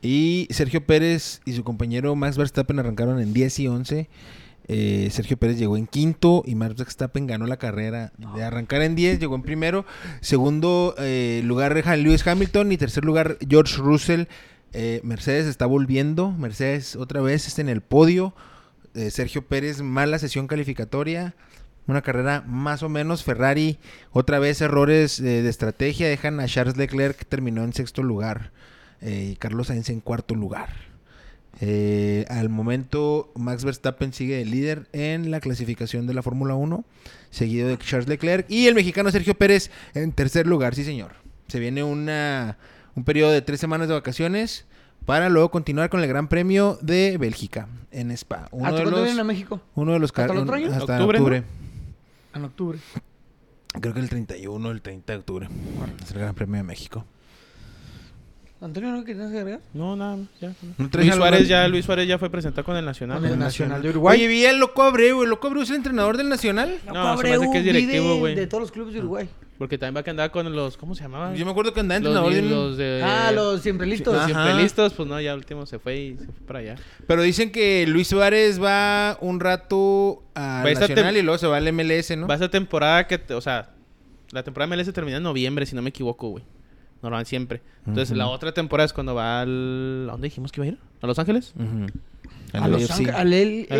A: Y Sergio Pérez y su compañero Max Verstappen arrancaron en 10 y 11. Eh, Sergio Pérez llegó en quinto y Max Verstappen ganó la carrera. De arrancar en 10, llegó en primero. Segundo eh, lugar, ja- Lewis Hamilton. Y tercer lugar, George Russell. Eh, Mercedes está volviendo. Mercedes otra vez está en el podio. Eh, Sergio Pérez, mala sesión calificatoria. Una carrera más o menos. Ferrari, otra vez errores eh, de estrategia. Dejan a Charles Leclerc, que terminó en sexto lugar. eh, y Carlos Sainz en cuarto lugar. Eh, al momento, Max Verstappen sigue de líder en la clasificación de la Fórmula 1, seguido de Charles Leclerc y el mexicano Sergio Pérez en tercer lugar, sí señor. Se viene una, un periodo de tres semanas de vacaciones para luego continuar con el Gran Premio de Bélgica en Spa. Uno,
C: ¿Hasta
A: de
C: cuándo
A: los,
C: vienen a México?
A: uno de los car-
C: ¿Hasta el
A: un-
C: otro año?
A: Hasta
B: Octubre, ¿no?
A: octubre.
C: En octubre.
A: Creo que el 31, el 30 de octubre. Es el Gran Premio de México.
C: Antonio, ¿no querías agregar?
B: No, nada, más, ya.
A: ¿No traes
B: Luis
A: algo
B: Suárez,
A: más?
B: ya, Luis Suárez ya fue presentado con el Nacional.
C: Con el Nacional de
A: Oye,
C: Uruguay.
A: vi al Loco Abreu. ¿El Loco Abreu es el entrenador del Nacional?
B: No, se me hace que es directivo, güey.
C: de todos los clubes de Uruguay.
B: Porque también va a andar con los. ¿Cómo se llamaba?
A: Yo me acuerdo que andaba
B: los,
A: entrenador de
B: de,
A: un-
B: los de.
C: ah, los siempre listos.
A: Ajá.
B: Siempre listos, pues no, ya último se fue y se fue para allá.
A: Pero dicen que Luis Suárez va un rato al
B: Pues esta
A: Nacional
B: tem-
A: y luego se va al MLS, ¿no?
B: Va a ser temporada que, te- o sea, la temporada MLS termina en noviembre, si no me equivoco, güey. Normal siempre. Entonces,
A: Ujú.
B: la otra temporada es cuando va al. ¿A dónde dijimos que iba a ir? ¿A Los Ángeles?
A: Ujú.
C: A
A: Al
C: Los
A: UFC.
C: Ángeles- Al
B: Al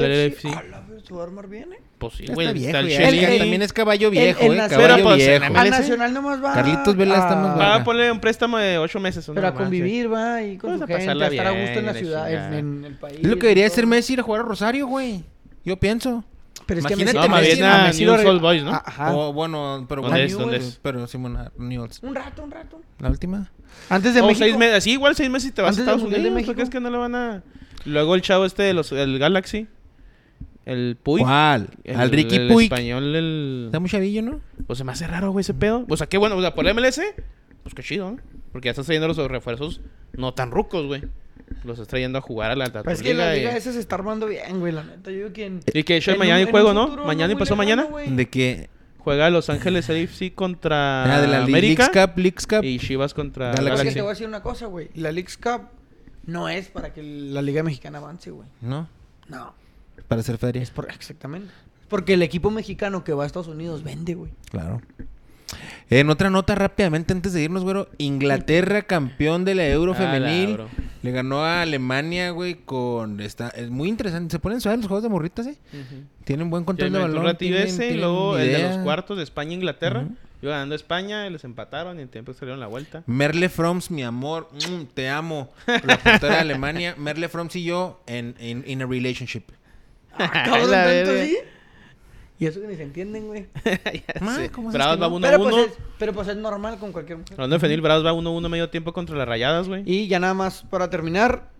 C: LFC.
B: LFC.
C: A la vez, su armar bien, ¿eh?
B: Pues sí,
A: Está
B: güey.
A: viejo,
B: está el
A: ya.
B: Shelly.
A: Él
C: Shelley.
A: también es caballo
C: El-
A: viejo,
C: el
A: eh.
C: Nacional-
A: Caballo
B: Pero, pues, en
A: viejo.
B: MLS.
C: Al Nacional nomás va.
A: Carlitos Vela está más
B: Va
A: Ajá.
B: a ponerle Ah, un préstamo de ocho meses. o
C: Pero a
B: no más, sí.
C: convivir, va, y con
B: Pues
C: su
B: a
C: gente, a
B: pasarla
C: estar a gusto
B: bien,
C: en la
B: la
C: ciudad, en,
B: chingada.
C: en el país.
A: Es lo que debería hacer
C: Messi.
A: Messi ir a jugar a Rosario, güey. Yo pienso.
C: Pero es que a
A: Imagínate,
C: Messi,
A: no, más bien
B: a
C: lo
B: Newell's
C: re-
B: Old Boys, ¿no?
C: Ah, Ajá.
A: O bueno, pero
B: ¿Dónde
A: bueno,
B: es? ¿Dónde es?
A: Pero Simón ah, Newell's.
C: Un rato, un rato.
A: La última.
C: Antes de
B: O
C: México.
B: seis meses. Sí, igual seis meses y te vas
C: Antes
B: a Estados
C: del Mundial de
B: Unidos. ¿Por qué
C: México.
B: es que no le van a...? Luego el chavo este de los, el Galaxy. El Puy.
A: ¿Cuál?
B: el-
A: Al Ricky
B: el
A: Puig.
B: español, el...
A: Está muy chavillo, ¿no?
B: Pues se me hace raro, güey, ese pedo. O sea, qué bueno. O sea, por el MLS, pues qué chido, ¿no? Porque ya estás trayendo los refuerzos no tan rucos, güey. Los estás trayendo a jugar a la... a tu
A: Pues
C: Pero es que la
B: liga
C: liga
A: eh.
B: y-
C: esa se está armando bien, güey, la neta. Yo quien...
B: Y que yo mañana el juego, ¿no? Mañana y pasó mañana.
A: De que.
B: Juega Los Ángeles AFC contra
A: Ah, de la
B: América.
A: Leagues Cup, Leagues Cup.
B: Y Chivas contra
A: Galaxy.
C: Es que te
B: Galaxy.
C: voy a decir una cosa, güey. La League's Cup no es para que la Liga Mexicana avance, güey.
A: ¿No?
C: No.
A: Para hacer ferias.
C: Es por... Exactamente. Porque el equipo mexicano que va a Estados Unidos vende, güey.
A: Claro. En otra nota rápidamente antes de irnos, güero, Inglaterra campeón de la Euro
B: Ah, la
A: femenil.
B: Euro.
A: Le ganó a Alemania, güey, con esta es muy interesante, se ponen suaves los juegos de morritas, eh.
B: Ujú.
A: Tienen buen
B: Ya
A: control de
B: metió
A: balón,
B: un ratillo
A: tienen-
B: ese, y
A: tienen
B: luego el de
A: idea.
B: los cuartos de España e Inglaterra.
A: Ujú.
B: Iba ganando España, y les empataron y en tiempo salieron la vuelta.
A: Merle Froms, mi amor, mm, te amo. La portera de Alemania, Merle Froms y yo en in, in a relationship.
C: Ah, cabrón,
B: La
C: tanto
B: verga.
C: así. Y eso que ni se entienden, güey.
A: Ma,
B: Sí.
A: ¿cómo es
B: Bravos
A: que
B: va
A: no?
B: 1-1.
C: Pero, pues es, pero pues es normal con cualquier mujer.
B: Hablando de Fenil, Bravos va 1-1 medio tiempo contra las rayadas, güey.
C: Y ya nada más para terminar.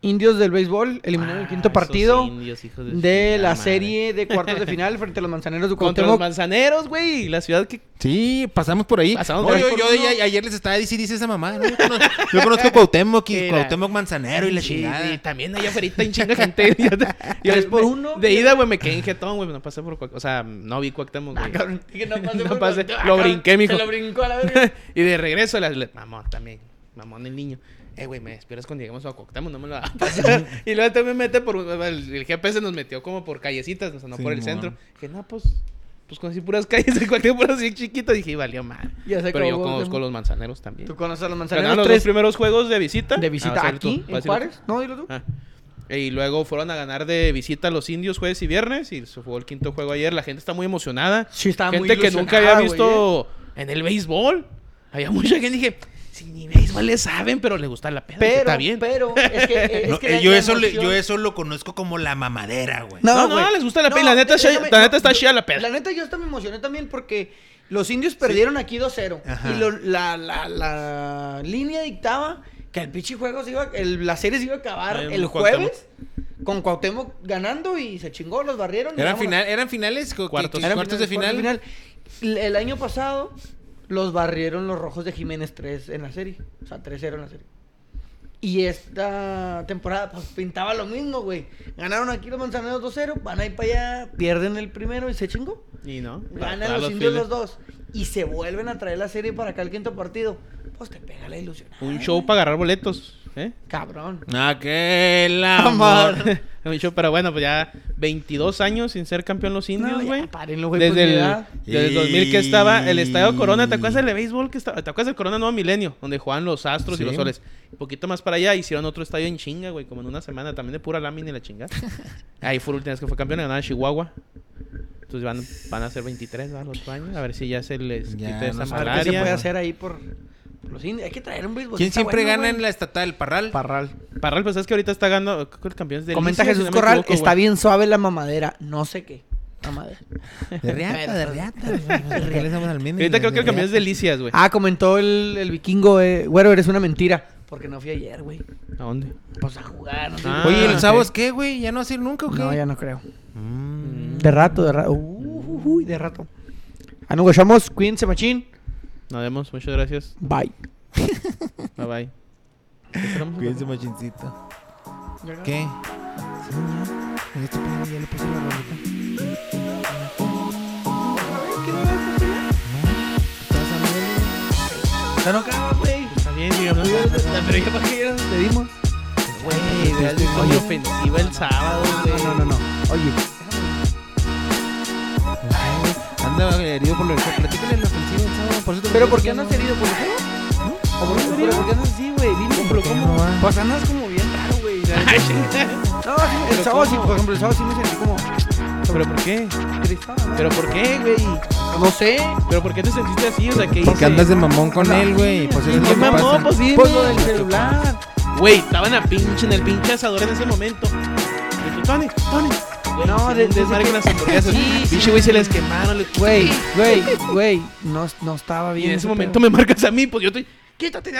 C: Indios del béisbol eliminaron el
B: Ah,
C: quinto
B: esos
C: partido
B: indios, hijos su
C: de la
B: chingada madre.
C: serie de cuartos de final frente a los manzaneros de
B: Contra los
C: Cuauhtémoc.
B: manzaneros, güey. La ciudad que.
A: Sí, pasamos por ahí.
B: Pasamos
A: No,
B: por ahí
A: yo,
B: por
A: yo
B: uno.
A: ya- ayer les estaba diciendo dice esa mamá. ¿no? Yo, conozco, yo conozco a Cuauhtémoc y
B: Mira.
A: Cuauhtémoc Manzanero y la
B: Sí,
A: chingada.
B: sí, también allá afuera en chinga gente. Yo te- yo
C: Tres por
B: me-
C: uno.
B: De ida, güey, me quedé en jetón, güey. No pasé por. Cuauhtémoc. O sea, no vi
C: Ah,
B: Cuauhtémoc, güey.
C: Que no pase
B: No
C: por-
B: pase.
C: Ah,
B: Lo
C: cabrón,
B: brinqué,
C: se
B: mijo.
C: lo brincó a la verga.
B: y de regreso, las, le- mamón, también. Mamón el niño. Eh, güey, me despiertas cuando lleguemos a Cuauhtémoc, no me lo va a pasar. y luego también mete por... un- El, el GPS nos metió como por callecitas, o sea, no por el
A: Simón.
B: centro. Dije, no, pues... Pues conocí puras calles de Cuauhtémoc así chiquito. Dije, y valió mal.
C: Ya se
B: Pero yo
C: acabó,
B: conozco
C: Cuauhtémoc.
B: los manzaneros también.
C: Tú conoces a los
B: Ganaron
C: manzaneros.
B: los dos
C: tres
B: primeros juegos de visita.
C: de
B: Ah,
C: visita
B: vas a decir tú,
C: aquí,
B: vas a
C: en
B: decir tú.
C: Juárez. No, dilo tú.
B: Ah. Y luego fueron a ganar de visita a los indios jueves y viernes. Y se jugó el quinto juego ayer. La gente está muy emocionada.
C: Sí, estaba muy
B: gente que nunca
C: ilusionada,
B: había
C: güey, ¿eh?
B: visto en el béisbol. Había mucha gente dije, si ni béisbol le saben, pero le gusta la peda. dije,
C: Pero,
B: está bien.
C: pero, es que, eh, es
A: No,
C: que
A: eh,
C: la-
A: yo,
C: la
A: eso le- yo
C: emoción-
A: eso lo conozco como la mamadera, güey.
C: No,
B: No, no,
C: güey.
B: les gusta la peda. Y la neta está-
C: déjame-
B: la neta está
C: yo-
B: chida la peda.
C: La neta, yo hasta me emocioné también porque los indios perdieron aquí 2-0.
A: Ajá.
C: Y lo- la, la, la línea dictaba que el pinche juego se iba, el- la serie se iba a acabar
B: Ay,
C: el
B: un Cuauhtémoc.
C: jueves con Cuauhtémoc ganando y se chingó, los barrieron. y
A: Eran,
C: vámonos.
A: final, eran finales, co- que- que- cuartos,
B: Cuartos.
C: Eran
A: de
C: finales,
A: final.
C: cuartos de final. El- El año pasado los barrieron los rojos de Jiménez 3 en la serie. O sea, 3-0 en la serie. Y esta temporada pues, pintaba lo mismo, güey. Ganaron aquí los manzaneros 2-0, van ahí para allá, pierden el primero y se chingó.
B: Y no.
C: Ganan
B: a
C: los, indios los
B: Phillies.
C: dos. Y se vuelven a traer la serie para acá el quinto partido. Pues te pega la ilusión.
B: Un show para agarrar boletos. ¿eh?
C: Cabrón.
A: Aquel amor.
B: Un show, pero bueno, pues ya 22 años sin ser campeón los
C: No,
B: indios,
C: ya,
B: güey.
C: párenlo, güey,
B: Desde
C: pues,
B: el,
C: ya.
B: desde el 2000 que estaba el Estadio Corona, ¿te acuerdas del de béisbol que estaba? ¿Te acuerdas del Corona Nuevo Milenio? Donde jugaban los Astros y
A: Sí.
B: los Soles. Un poquito más para allá hicieron otro estadio en chinga, güey, como en una semana, también de pura lámina y la chingada. Ahí fue la última vez que fue campeón, ganaron Chihuahua. Entonces van, van a ser 23, ¿verdad? Los años, a ver si ya se les
A: Ya,
B: quita
A: no
B: esa
A: sé.
C: A ver qué se
B: malaria.
C: puede hacer ahí por, por los indios. Hay que traer un béisbol.
A: ¿Quién siempre gana en la estatal? Parral.
C: Parral?
B: Parral, pues es que ahorita está ganando, creo que el campeón es de
C: Comenta Jesús Corral, está bien suave la mamadera, no sé qué. Mamadera.
A: De riata, de pues, riata. Acá le hacemos al mini,
B: Ahorita creo que el
A: de
B: campeón es
A: riata.
B: Delicias, güey.
C: Ah, comentó el, el vikingo, eh, güero, eres una mentira. Porque no fui ayer, güey.
B: ¿A dónde?
C: Pues a jugar. No, sé.
B: Ah,
A: Oye, ¿y ¿el
B: ok.
A: sábado es qué, güey? ¿Ya no vas a ir nunca o qué?
C: No, ya no creo.
A: Mm.
C: De rato, de rato. Uh, uy, de rato. Ah, nos vemos. Cuídense, machín.
B: Nos vemos. Muchas gracias.
C: Bye.
B: Bye bye. ¿Qué esperamos?
A: Cuídense, machincito. ¿Qué? Sí, ya. Ya estoy poniendo, este ya le puse la rolita. ¿Estás a nueve?
C: Ya no acaba, güey.
B: Está bien, digamos.
C: Pero ya para qué ya nos despedimos.
B: Güey, vean,
C: Oye.
B: soy ofensiva el sábado, güey.
C: No, no, no. Oye.
A: Anda eh, herido por lo Platícale la ofensiva el sábado. Por eso te pregunté
C: ¿Pero por qué
A: ya
C: andas
A: no-
C: herido? ¿Por qué? ¿O por qué
B: ¿Pero
C: ¿Pero por qué andas así, güey? Dime, pero
A: qué
C: ¿cómo?
A: no va?
C: Pues andas como bien raro, güey. la neta. No, sí, el
B: ¿Pero
C: sábado sí,
B: cómo?
C: por ejemplo, el sábado sí me sentí como
B: ¿Pero por qué?
C: tristado. ¿no?
B: ¿Pero por qué, güey?
C: no sé.
B: ¿Pero por qué te sentiste así? O sea, ¿qué
A: Porque
B: hice?
A: andas de mamón con
C: No.
A: él, güey. Pues eso es
B: ¿Qué
A: lo que
B: mamón?
A: pasa.
B: Pues dime.
C: Pues lo del celular.
B: Güey, estaban a pinche en el pinche asador en ese momento. Y tú, Tony, Tony. Güey,
C: No,
B: hicieron
C: de-
B: un desmadre
C: desde
B: con
C: que-
B: las hamburguesas.
C: Sí, sí.
B: Pinche güey se les quemaron. le-
C: Güey, güey, güey. No, no estaba
B: Y
C: bien.
B: en ese momento
C: pedo.
B: me marcas a mí, pues yo estoy. Quítate de